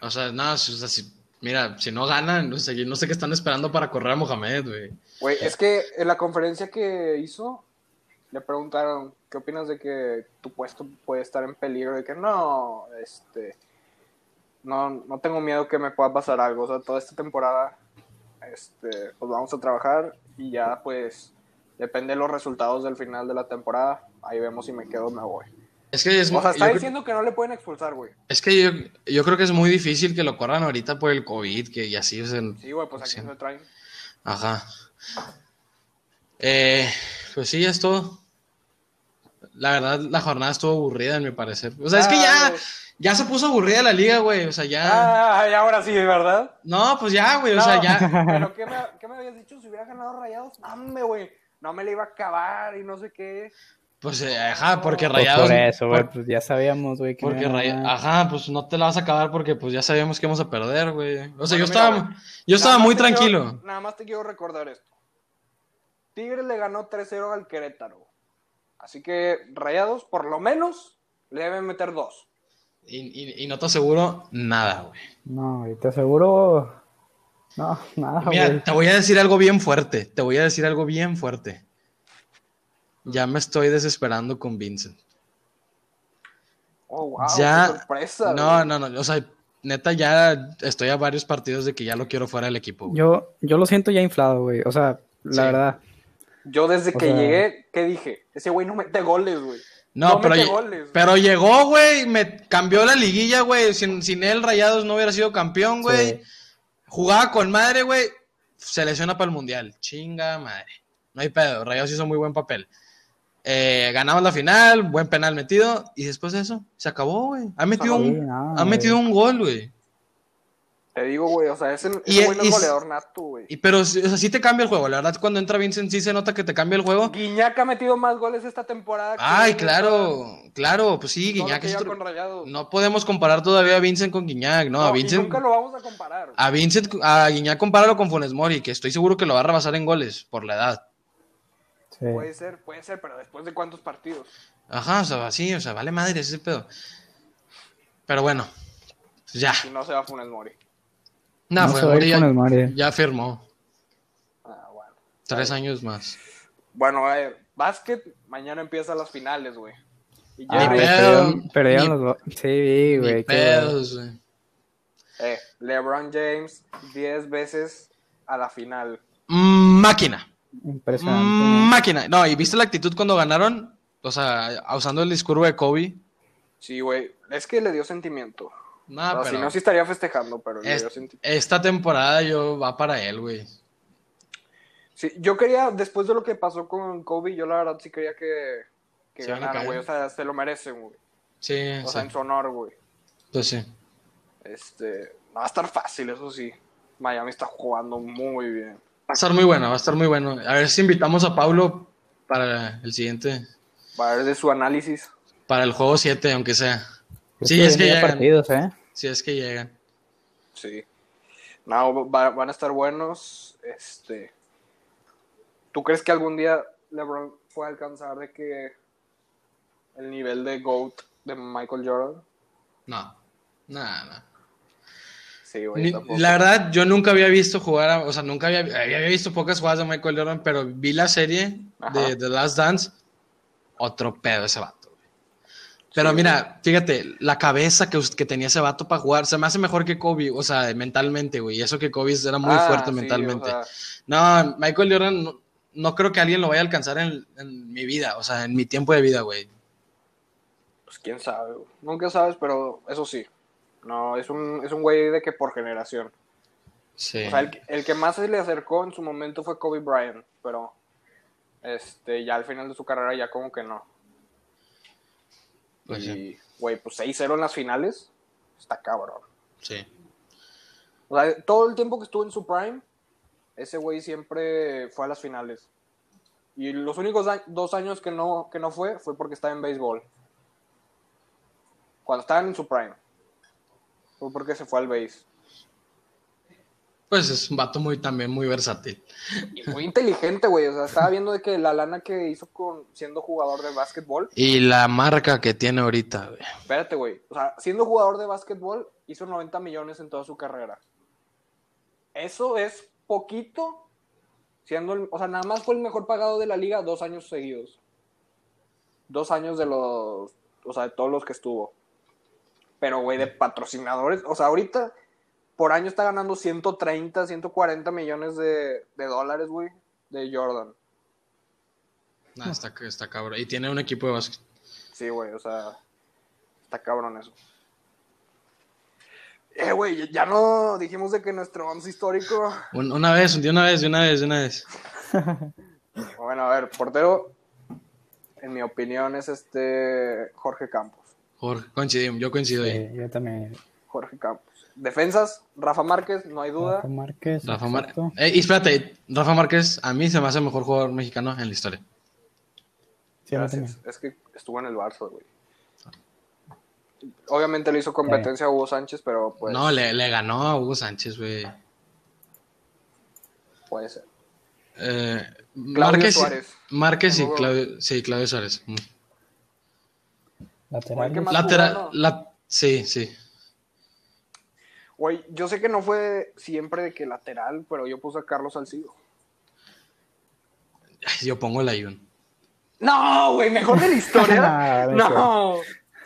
Speaker 2: O sea, no, si- o sea, si- mira, si no ganan, no sé, yo no sé qué están esperando para correr a Mohamed, güey.
Speaker 1: Güey, es que en la conferencia que hizo, le preguntaron, ¿qué opinas de que tu puesto puede estar en peligro? Y que no, este, no, no tengo miedo que me pueda pasar algo. O sea, toda esta temporada, este, pues vamos a trabajar y ya, pues, depende de los resultados del final de la temporada. Ahí vemos si me quedo o me voy.
Speaker 2: Es que es,
Speaker 1: O sea, está
Speaker 2: yo-
Speaker 1: diciendo que no le pueden expulsar, güey.
Speaker 2: es que yo, yo creo que es muy difícil que lo corran ahorita por el COVID, que y así, o sea,
Speaker 1: Sí, güey, pues aquí
Speaker 2: Sí.
Speaker 1: se traen.
Speaker 2: ajá. Eh, pues sí, ya es todo. La verdad, la jornada estuvo aburrida, en mi parecer. O sea, es que ya, ya se puso aburrida la liga, güey. O sea, ya.
Speaker 1: Ah, y ahora sí, ¿verdad?
Speaker 2: No, pues ya, güey. O
Speaker 1: No,
Speaker 2: sea, ya.
Speaker 1: Pero ¿qué me, qué me habías dicho si hubiera ganado Rayados? Mame, güey. No me la iba a acabar y no sé qué.
Speaker 2: Pues, eh, ajá, porque
Speaker 1: Pues
Speaker 2: rayados.
Speaker 3: por eso, güey,
Speaker 2: por-
Speaker 3: pues ya sabíamos, güey. que
Speaker 2: porque
Speaker 3: no
Speaker 2: Raya-
Speaker 3: era nada.
Speaker 2: Ajá, pues no te la vas a acabar porque pues ya sabíamos que íbamos a perder, güey. O sea,
Speaker 1: Bueno, mira,
Speaker 2: yo estaba.
Speaker 1: güey.
Speaker 2: yo estaba
Speaker 1: Nada más
Speaker 2: muy
Speaker 1: te quiero-
Speaker 2: tranquilo.
Speaker 1: nada más te quiero recordar esto. Tigres le ganó 3-0 al Querétaro. Así que Rayados, por lo menos, le deben meter dos.
Speaker 2: Y, y- y no te aseguro nada, güey.
Speaker 3: No, y te aseguro. No, nada,
Speaker 1: Ah,
Speaker 3: güey.
Speaker 2: Mira, te voy a decir algo bien fuerte. Te voy a decir algo bien fuerte. Ya me estoy desesperando con Vincent.
Speaker 1: Oh, wow,
Speaker 2: ya.
Speaker 1: qué sorpresa.
Speaker 2: no,
Speaker 1: güey.
Speaker 2: no, no. O sea, neta, ya estoy a varios partidos de que ya lo quiero fuera del equipo. güey.
Speaker 3: Yo, yo lo siento ya inflado, güey. O sea, la
Speaker 2: Sí.
Speaker 3: verdad.
Speaker 1: Yo desde
Speaker 3: O
Speaker 1: que
Speaker 3: sea-
Speaker 1: llegué, ¿qué dije? Ese güey no mete goles, güey.
Speaker 2: No,
Speaker 1: no
Speaker 2: pero,
Speaker 1: mete
Speaker 2: lle-
Speaker 1: goles.
Speaker 2: pero llegó, güey, me cambió la liguilla, güey. Sin, sin él, Rayados no hubiera sido campeón, güey. Jugaba con madre, güey. Se lesiona para el Mundial. Chinga madre. No hay pedo. Rayados hizo muy buen papel. Eh, ganamos la final, buen penal metido. Y después de eso, se acabó, güey. Ha metido,
Speaker 1: Sí,
Speaker 2: un,
Speaker 3: nada,
Speaker 2: ha metido un gol, güey.
Speaker 1: Te digo, güey, o sea, ese, ese
Speaker 2: Y-
Speaker 1: güey no
Speaker 2: y-
Speaker 1: es goleador nato, güey.
Speaker 2: Y- Pero, o sea, sí te cambia el juego. La verdad, cuando entra Vincent, sí se nota que te cambia el juego.
Speaker 1: Guiñac ha metido más goles esta temporada. que-
Speaker 2: Ay, claro, claro. Pues sí,
Speaker 1: Todo lo
Speaker 2: Guiñac
Speaker 1: que
Speaker 2: es
Speaker 1: lleva
Speaker 2: otro-
Speaker 1: con Rayados.
Speaker 2: No podemos comparar todavía a Vincent con Guiñac, no, Ah. a
Speaker 1: No, y
Speaker 2: Vincent.
Speaker 1: nunca lo vamos a comparar. güey.
Speaker 2: A Vincent, a Guiñac compáralo con Funes Mori, que estoy seguro que lo va a rebasar en goles por la edad.
Speaker 3: Sí.
Speaker 1: Puede ser, puede ser, pero después de cuántos partidos.
Speaker 2: Ajá, o sea, así, o sea, vale madre ese pedo. Pero bueno, pues ya.
Speaker 1: Si no se va Funes Mori.
Speaker 2: No,
Speaker 3: No
Speaker 2: Funes
Speaker 3: se va a ir
Speaker 2: Mori ya,
Speaker 3: Funes Mori.
Speaker 2: ya firmó.
Speaker 1: Ah, bueno.
Speaker 2: Tres años más.
Speaker 1: Bueno, a ver, básquet, mañana empiezan las finales, güey. Y
Speaker 3: Ah,
Speaker 2: Ni
Speaker 1: Jerry,
Speaker 3: güey,
Speaker 2: pedo,
Speaker 3: perdieron, perdieron
Speaker 2: ni-
Speaker 3: los. go- Sí, vi,
Speaker 2: Ni
Speaker 3: güey. qué
Speaker 2: pedos, güey.
Speaker 1: eh, LeBron James 10 veces a la final.
Speaker 2: Mm, Máquina.
Speaker 3: Impresionante.
Speaker 2: Mm, Máquina. No, ¿y viste la actitud cuando ganaron? O sea, usando el discurso de Kobe.
Speaker 1: Sí, güey, es que le dio sentimiento.
Speaker 2: No,
Speaker 1: O sea,
Speaker 2: Ah, pero
Speaker 1: Si no, sí estaría festejando, pero le
Speaker 2: es-
Speaker 1: dio sentimiento.
Speaker 2: esta temporada yo va para él, güey.
Speaker 1: Sí, yo quería, después de lo que pasó con Kobe, yo la verdad sí quería que, que
Speaker 2: Se van a
Speaker 1: ganara,
Speaker 2: caer.
Speaker 1: güey. O sea, se lo merecen, güey.
Speaker 2: Sí,
Speaker 1: O sea,
Speaker 2: sí.
Speaker 1: en su honor, güey.
Speaker 2: Pues sí.
Speaker 1: Este, no va a estar fácil, eso sí. Miami está jugando muy bien.
Speaker 2: Va a estar muy bueno, va a estar muy bueno. A ver si invitamos a Pablo para el siguiente,
Speaker 1: Va a ver de su análisis.
Speaker 2: para el juego 7, aunque sea.
Speaker 3: Creo
Speaker 2: Sí, es que
Speaker 3: venía
Speaker 2: llegan.
Speaker 3: partidos, ¿eh?
Speaker 2: Si es que llegan.
Speaker 1: Sí. No, va- van a estar buenos. Este. ¿Tú crees que algún día LeBron pueda alcanzar de que el nivel de GOAT de Michael Jordan?
Speaker 2: No, nada, no.
Speaker 1: Sí,
Speaker 2: Ni-
Speaker 1: güey. tampoco.
Speaker 2: La verdad, yo nunca había visto jugar, a- o sea, nunca había, había visto pocas jugadas de Michael Jordan, pero vi la serie
Speaker 1: Ajá.
Speaker 2: de The Last Dance, otro pedo ese vato. güey. Pero
Speaker 1: Sí,
Speaker 2: mira, fíjate, la cabeza que, us- que tenía ese vato para jugar, se me hace mejor que Kobe, o sea, mentalmente, güey. y Eso que Kobe era muy
Speaker 1: Ah,
Speaker 2: fuerte
Speaker 1: sí,
Speaker 2: mentalmente.
Speaker 1: o sea,
Speaker 2: No, Michael Jordan, no, no creo que alguien lo vaya a alcanzar en, en mi vida, o sea, en mi tiempo de vida, güey.
Speaker 1: pues quién sabe. güey. Nunca sabes, pero eso sí. No, es un, es un güey de que por generación.
Speaker 2: Sí.
Speaker 1: O sea, el, que- el que más se le acercó en su momento fue Kobe Bryant, pero este, ya al final de su carrera ya como que no.
Speaker 2: Pues
Speaker 1: y, güey, pues 6-0 en las finales, está cabrón.
Speaker 2: sí.
Speaker 1: O sea, todo el tiempo que estuvo en su prime, ese güey siempre fue a las finales. Y los únicos a- dos años que no, que no fue, fue porque estaba en béisbol. Cuando estaban en su prime. Fue porque se fue al base.
Speaker 2: Pues es un vato muy, también muy versátil.
Speaker 1: Y muy inteligente, güey. O sea, estaba viendo de que la lana que hizo con siendo jugador de básquetbol.
Speaker 2: Y la marca que tiene ahorita, güey.
Speaker 1: Espérate, güey. O sea, siendo jugador de básquetbol, hizo 90 millones en toda su carrera. Eso es poquito. Siendo el- o sea, nada más fue el mejor pagado de la liga dos años seguidos. Dos años de los. O sea, de todos los que estuvo. Pero, güey, de patrocinadores. O sea, ahorita por año está ganando 130, 140 millones de, de dólares, güey, de Jordan.
Speaker 2: Nah, está, está cabrón. Y tiene un equipo de básquet.
Speaker 1: Sí, güey, o sea, está cabrón eso. Eh, güey, ya no dijimos de que nuestro once histórico.
Speaker 2: Un- una vez, de una vez, de una vez, de una vez.
Speaker 1: Bueno, a ver, portero. en mi opinión, es este Jorge Campos.
Speaker 2: Jorge, coincidimos, yo coincido ahí.
Speaker 3: Sí, yo también.
Speaker 1: Jorge Campos. Defensas, Rafa Márquez, no hay duda.
Speaker 3: Rafa Márquez.
Speaker 2: Rafa Márquez.
Speaker 3: exacto.
Speaker 2: y espérate, Rafa Márquez a mí se me hace el mejor jugador mexicano en la historia.
Speaker 3: Sí, yo
Speaker 1: Gracias.
Speaker 3: también.
Speaker 1: Es que estuvo en el Barça, güey. Obviamente le hizo competencia a Hugo Sánchez, pero pues
Speaker 2: no, le, le ganó a Hugo Sánchez, güey.
Speaker 1: puede ser.
Speaker 2: Eh, Márquez,
Speaker 1: Suárez.
Speaker 2: Márquez y
Speaker 1: Hugo-
Speaker 2: Claudio, sí, Claudio Suárez. Mm.
Speaker 1: Mike
Speaker 3: Laterales.
Speaker 1: Más
Speaker 2: Lateral,
Speaker 1: cubano.
Speaker 2: la- sí, sí.
Speaker 1: Güey, yo sé que no fue siempre de que lateral, pero yo puse a Carlos Salcido.
Speaker 2: Ay, Yo pongo el ayun.
Speaker 1: No, güey, mejor de la historia.
Speaker 3: Ah, de
Speaker 1: no,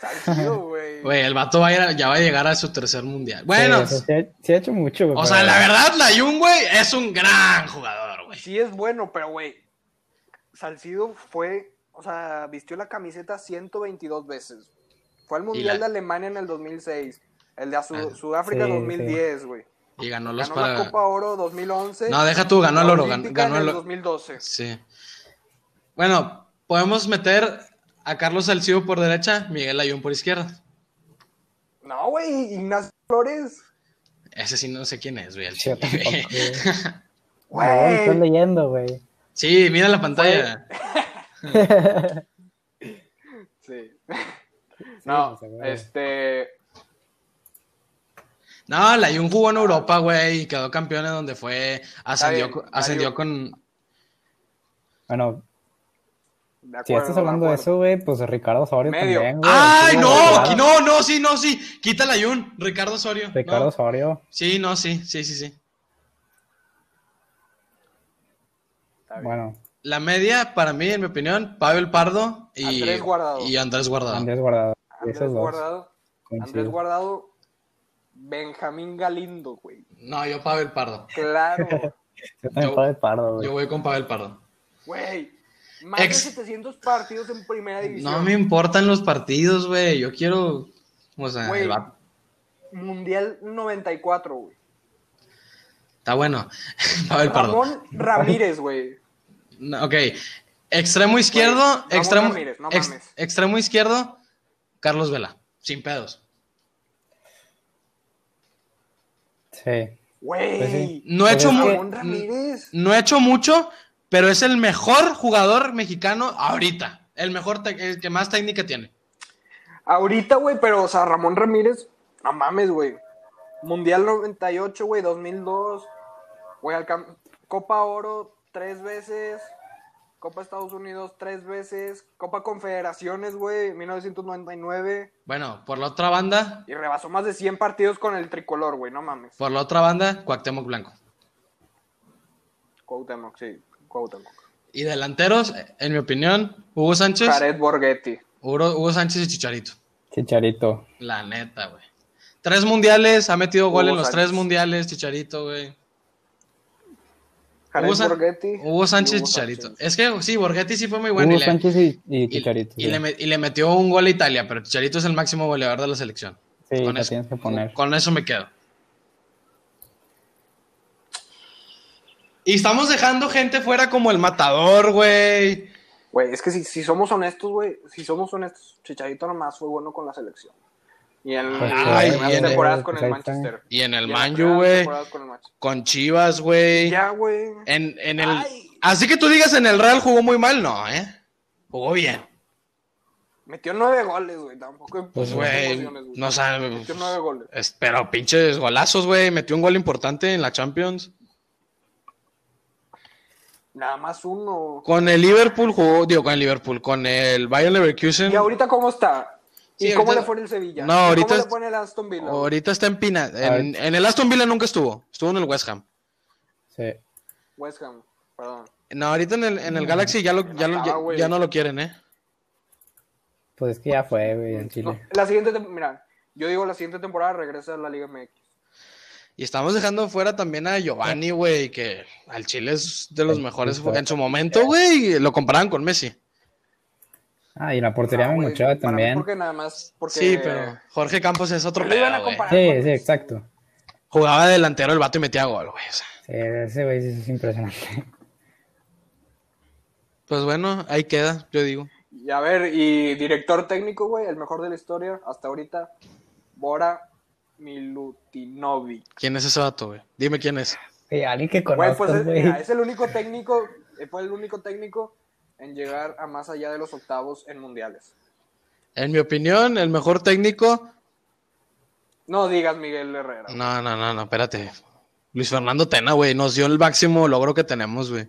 Speaker 1: Salcido, güey.
Speaker 2: Güey, el vato va a ir a- ya va a llegar a su tercer mundial. Bueno,
Speaker 3: Sí, o sea, sí ha- sí ha hecho mucho, güey,
Speaker 2: o sea,
Speaker 3: pero-
Speaker 2: la verdad, la Ayun, güey, es un gran jugador, güey.
Speaker 1: Sí es bueno, pero güey, Salcido fue, o sea, vistió la camiseta 122 veces. Fue al Mundial
Speaker 2: la-
Speaker 1: de Alemania en el 2006, el de a Su-
Speaker 2: Ah,
Speaker 1: Sudáfrica
Speaker 3: sí,
Speaker 1: 2010, güey.
Speaker 2: Y ganó los
Speaker 1: Ganó
Speaker 2: para.
Speaker 1: la Copa Oro 2011.
Speaker 2: No, deja tú, ganó el
Speaker 1: la
Speaker 2: oro, gan-
Speaker 1: Olímpica
Speaker 2: ganó
Speaker 1: en
Speaker 2: el
Speaker 1: el
Speaker 2: oro.
Speaker 1: 2012.
Speaker 2: Sí. Bueno, podemos meter a Carlos Salcido por derecha, Miguel Ayun por izquierda.
Speaker 1: No, güey, Ignacio Flores.
Speaker 2: Ese sí no sé quién es, güey. al
Speaker 3: Sí, yo
Speaker 2: chile, güey.
Speaker 3: tampoco, güey. Ah, No,
Speaker 1: Güey.
Speaker 3: estás leyendo, güey.
Speaker 2: Sí, mira la pantalla.
Speaker 1: Sí.
Speaker 3: o
Speaker 1: No,
Speaker 3: sea, güey.
Speaker 1: este,
Speaker 2: No, la Jun jugó en Europa, güey, y quedó campeón en donde fue. Ascendió,
Speaker 1: bien,
Speaker 2: co-
Speaker 1: la
Speaker 2: ascendió
Speaker 1: Jun.
Speaker 2: con.
Speaker 3: Bueno,
Speaker 1: de acuerdo.
Speaker 3: si ya estás hablando
Speaker 1: de
Speaker 3: de
Speaker 1: acuerdo.
Speaker 3: eso, güey, pues Ricardo Osorio
Speaker 1: Medio.
Speaker 3: también, güey.
Speaker 2: ¡Ay,
Speaker 3: Sí,
Speaker 2: no!
Speaker 3: güey,
Speaker 2: Qui- No, no, sí, no, sí. Quita la Jun, Ricardo Osorio.
Speaker 3: Ricardo
Speaker 2: No.
Speaker 3: Osorio.
Speaker 2: Sí, no, sí, sí, sí, sí.
Speaker 1: Está bien.
Speaker 3: Bueno,
Speaker 2: La media, para mí, en mi opinión, Pavel Pardo y
Speaker 1: Andrés Guardado.
Speaker 2: Y Andrés Guardado.
Speaker 3: Andrés Guardado.
Speaker 1: Andrés
Speaker 3: esos dos.
Speaker 1: Guardado, Andrés
Speaker 3: coincido.
Speaker 1: Guardado, Benjamín Galindo, güey.
Speaker 2: No, yo Pavel Pardo.
Speaker 1: Claro.
Speaker 3: Yo también
Speaker 2: Yo-
Speaker 3: puedo de pardo, güey.
Speaker 2: Yo voy con Pavel Pardo.
Speaker 1: Güey, más
Speaker 2: Ex-
Speaker 1: de 700 partidos en primera división.
Speaker 2: No me importan los partidos, güey. Yo quiero. O sea,
Speaker 1: Güey.
Speaker 2: el vato-
Speaker 1: Mundial 94, güey.
Speaker 2: está bueno. Pavel Pardo.
Speaker 1: Ramón Ramírez, güey.
Speaker 2: No, ok. Extremo izquierdo.
Speaker 1: Ramón
Speaker 2: extremo,
Speaker 1: Ramírez, no
Speaker 2: ex-
Speaker 1: mames.
Speaker 2: extremo izquierdo, Carlos Vela. Sin pedos.
Speaker 3: Sí. Pues
Speaker 1: Güey.
Speaker 3: sí.
Speaker 2: No he
Speaker 3: Pues
Speaker 2: hecho
Speaker 3: es
Speaker 2: mu-
Speaker 3: que-
Speaker 1: Ramón Ramírez.
Speaker 2: No he hecho mucho, pero es el mejor jugador mexicano ahorita. El mejor, tec- el que más técnica tiene.
Speaker 1: Ahorita, güey, pero, o sea, Ramón Ramírez, no mames, güey. Mundial 98, güey, 2002. Güey, alcan- Copa Oro tres veces. Copa Estados Unidos tres veces. Copa Confederaciones, güey, 1999.
Speaker 2: Bueno, por la otra banda,
Speaker 1: Y rebasó más de 100 partidos con el tricolor, güey, no mames.
Speaker 2: por la otra banda, Cuauhtémoc Blanco.
Speaker 1: Cuauhtémoc, sí, Cuauhtémoc.
Speaker 2: Y delanteros, en mi opinión, Hugo Sánchez,
Speaker 1: Jared Borghetti.
Speaker 2: Hugo, Hugo Sánchez y Chicharito.
Speaker 3: Chicharito.
Speaker 2: La neta, güey. Tres mundiales, ha metido gol
Speaker 1: Hugo
Speaker 2: en los
Speaker 1: Sánchez.
Speaker 2: tres mundiales, Chicharito, güey.
Speaker 1: Jared
Speaker 2: Hugo, San-
Speaker 1: Borghetti.
Speaker 2: Hugo Sánchez,
Speaker 1: y Hugo
Speaker 2: Chicharito.
Speaker 1: Sánchez.
Speaker 2: Es que sí, Borghetti sí fue muy bueno.
Speaker 3: Hugo
Speaker 2: y le-
Speaker 3: Sánchez y, y
Speaker 2: y-
Speaker 3: Chicharito.
Speaker 2: y
Speaker 3: sí.
Speaker 2: le, met- y le metió un gol a Italia, pero Chicharito es el máximo goleador de la selección.
Speaker 3: Sí,
Speaker 2: con
Speaker 3: la
Speaker 2: eso-
Speaker 3: tienes que poner.
Speaker 2: Con eso me quedo. Y estamos dejando gente fuera como el matador, güey.
Speaker 1: Güey, es que si, si somos honestos, güey, si somos honestos, Chicharito nomás fue bueno con la selección. Y en las
Speaker 3: Pues,
Speaker 2: sí,
Speaker 1: primeras
Speaker 2: y en el-
Speaker 1: temporadas con el
Speaker 3: pues ahí está.
Speaker 1: Manchester.
Speaker 2: Y en el
Speaker 1: Y en las
Speaker 2: Manju,
Speaker 1: primeras
Speaker 2: güey.
Speaker 1: temporadas con el Manchester.
Speaker 2: Con Chivas, güey.
Speaker 1: Ya, güey.
Speaker 2: En, en el...
Speaker 1: Ay.
Speaker 2: Así que tú digas en el Real jugó muy mal, no, ¿eh? Jugó bien.
Speaker 1: Metió nueve goles, güey. Tampoco.
Speaker 3: Pues,
Speaker 2: Güey,
Speaker 1: emociones, güey.
Speaker 2: no sabe.
Speaker 1: Metió nueve goles.
Speaker 2: es- Pero pinches golazos, güey. Metió un gol importante en la Champions.
Speaker 1: Nada más uno.
Speaker 2: Con el Liverpool jugó, digo, con el Liverpool, con el Bayern Leverkusen.
Speaker 1: ¿Y ahorita cómo está? ¿Y
Speaker 2: Sí,
Speaker 1: cómo
Speaker 2: ahorita-
Speaker 1: le fue en el Sevilla?
Speaker 2: No,
Speaker 1: ¿Y
Speaker 2: ahorita-
Speaker 1: ¿Cómo le fue en el Aston Villa? güey?
Speaker 2: Ahorita está en Pina. En, en el Aston Villa nunca estuvo. Estuvo en el West Ham.
Speaker 3: Sí.
Speaker 1: West Ham, perdón.
Speaker 2: No, ahorita en el, en el Galaxy ya, lo, ya, lo-
Speaker 1: Ah, güey.
Speaker 2: ya, ya no lo quieren, ¿eh?
Speaker 3: Pues es que ya fue, güey, en
Speaker 1: No,
Speaker 3: Chile.
Speaker 1: la siguiente, tem- mira, yo digo la siguiente temporada regresa a la Liga MX.
Speaker 2: Y estamos dejando fuera también a Giovanni, güey, que al Chile es de los
Speaker 3: Sí,
Speaker 2: mejores.
Speaker 3: sí,
Speaker 2: En su momento, güey, lo comparaban con Messi.
Speaker 3: Ah, y la portería
Speaker 1: No,
Speaker 3: me
Speaker 1: güey,
Speaker 3: mochaba
Speaker 1: para mí
Speaker 3: también.
Speaker 1: Porque nada más. Porque...
Speaker 2: Sí, pero Jorge Campos es otro
Speaker 1: Lo iban
Speaker 2: pedo,
Speaker 1: a
Speaker 2: güey.
Speaker 1: comparar
Speaker 3: Sí,
Speaker 1: con-
Speaker 3: sí, exacto.
Speaker 2: Jugaba delantero el vato y metía gol, güey. o sea.
Speaker 3: Sí, ese güey sí es impresionante.
Speaker 2: Pues bueno, ahí queda, yo digo.
Speaker 1: Y a ver, y director técnico, güey, el mejor de la historia hasta ahorita, Bora Milutinovic.
Speaker 2: ¿Quién es ese vato, güey? Dime quién es.
Speaker 3: Sí, alguien que
Speaker 1: Güey,
Speaker 3: conozco,
Speaker 1: pues es,
Speaker 3: güey.
Speaker 1: mira, es el único técnico, fue el único técnico en llegar a más allá de los octavos en mundiales.
Speaker 2: En mi opinión, el mejor técnico.
Speaker 1: No digas Miguel Herrera.
Speaker 2: No, no, no, no, espérate. Luis Fernando Tena, güey, nos dio el máximo logro que tenemos, güey.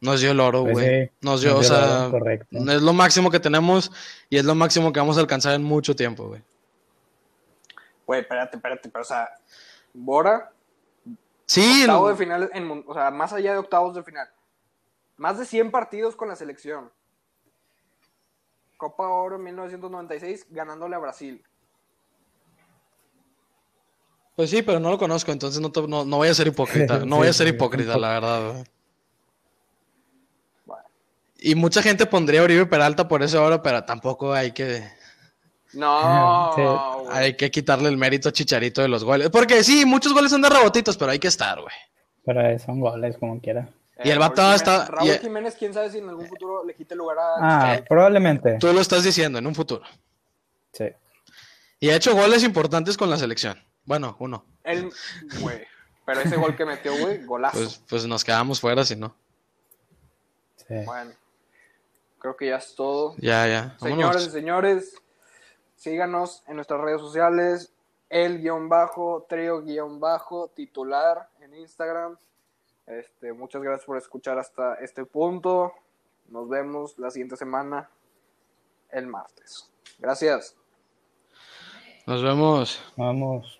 Speaker 2: Nos dio el oro,
Speaker 3: Pues
Speaker 2: güey.
Speaker 3: sí,
Speaker 2: nos dio, o
Speaker 3: nos dio el
Speaker 2: sea,
Speaker 3: oro, correcto.
Speaker 2: es lo máximo que tenemos y es lo máximo que vamos a alcanzar en mucho tiempo, güey.
Speaker 1: Güey, espérate, espérate, pero o sea, Bora,
Speaker 2: Sí,
Speaker 1: octavo
Speaker 2: lo-
Speaker 1: de final, en mun- o sea, más allá de octavos de final. Más de 100 partidos con la selección. Copa Oro 1996, ganándole a Brasil.
Speaker 2: pues sí, pero no lo conozco, entonces no, te- no, no voy a ser hipócrita. No
Speaker 3: Sí,
Speaker 2: voy a ser
Speaker 3: sí,
Speaker 2: hipócrita,
Speaker 3: tampoco.
Speaker 2: la verdad, güey.
Speaker 1: Bueno.
Speaker 2: Y mucha gente pondría a Oribe Peralta por ese oro, pero tampoco hay que,
Speaker 1: No,
Speaker 3: Sí.
Speaker 1: güey.
Speaker 2: hay que quitarle el mérito a Chicharito de los goles. Porque sí, muchos goles son de rebotitos, pero hay que estar, güey.
Speaker 3: Pero son goles, como quiera.
Speaker 2: Y el vato
Speaker 1: Eh, Raúl
Speaker 2: está-
Speaker 1: Jiménez- Raúl
Speaker 2: y- Eh.
Speaker 1: Jiménez, quién sabe si en algún futuro le quite lugar a.
Speaker 3: Ah, probablemente.
Speaker 2: Tú lo estás diciendo en un futuro.
Speaker 3: Sí.
Speaker 2: Y ha hecho goles importantes con la selección. Bueno, uno.
Speaker 1: El- güey, Pero ese gol que metió, güey, golazo.
Speaker 2: Pues, pues nos quedamos fuera si no.
Speaker 3: sí.
Speaker 1: Bueno, creo que ya es todo.
Speaker 2: Ya, ya. vámonos.
Speaker 1: Señoras y señores, síganos en nuestras redes sociales, el guión bajo, trío guión bajo, titular en Instagram. Este, muchas gracias por escuchar hasta este punto. Nos vemos la siguiente semana, el martes. Gracias.
Speaker 2: Nos vemos.
Speaker 3: Vamos.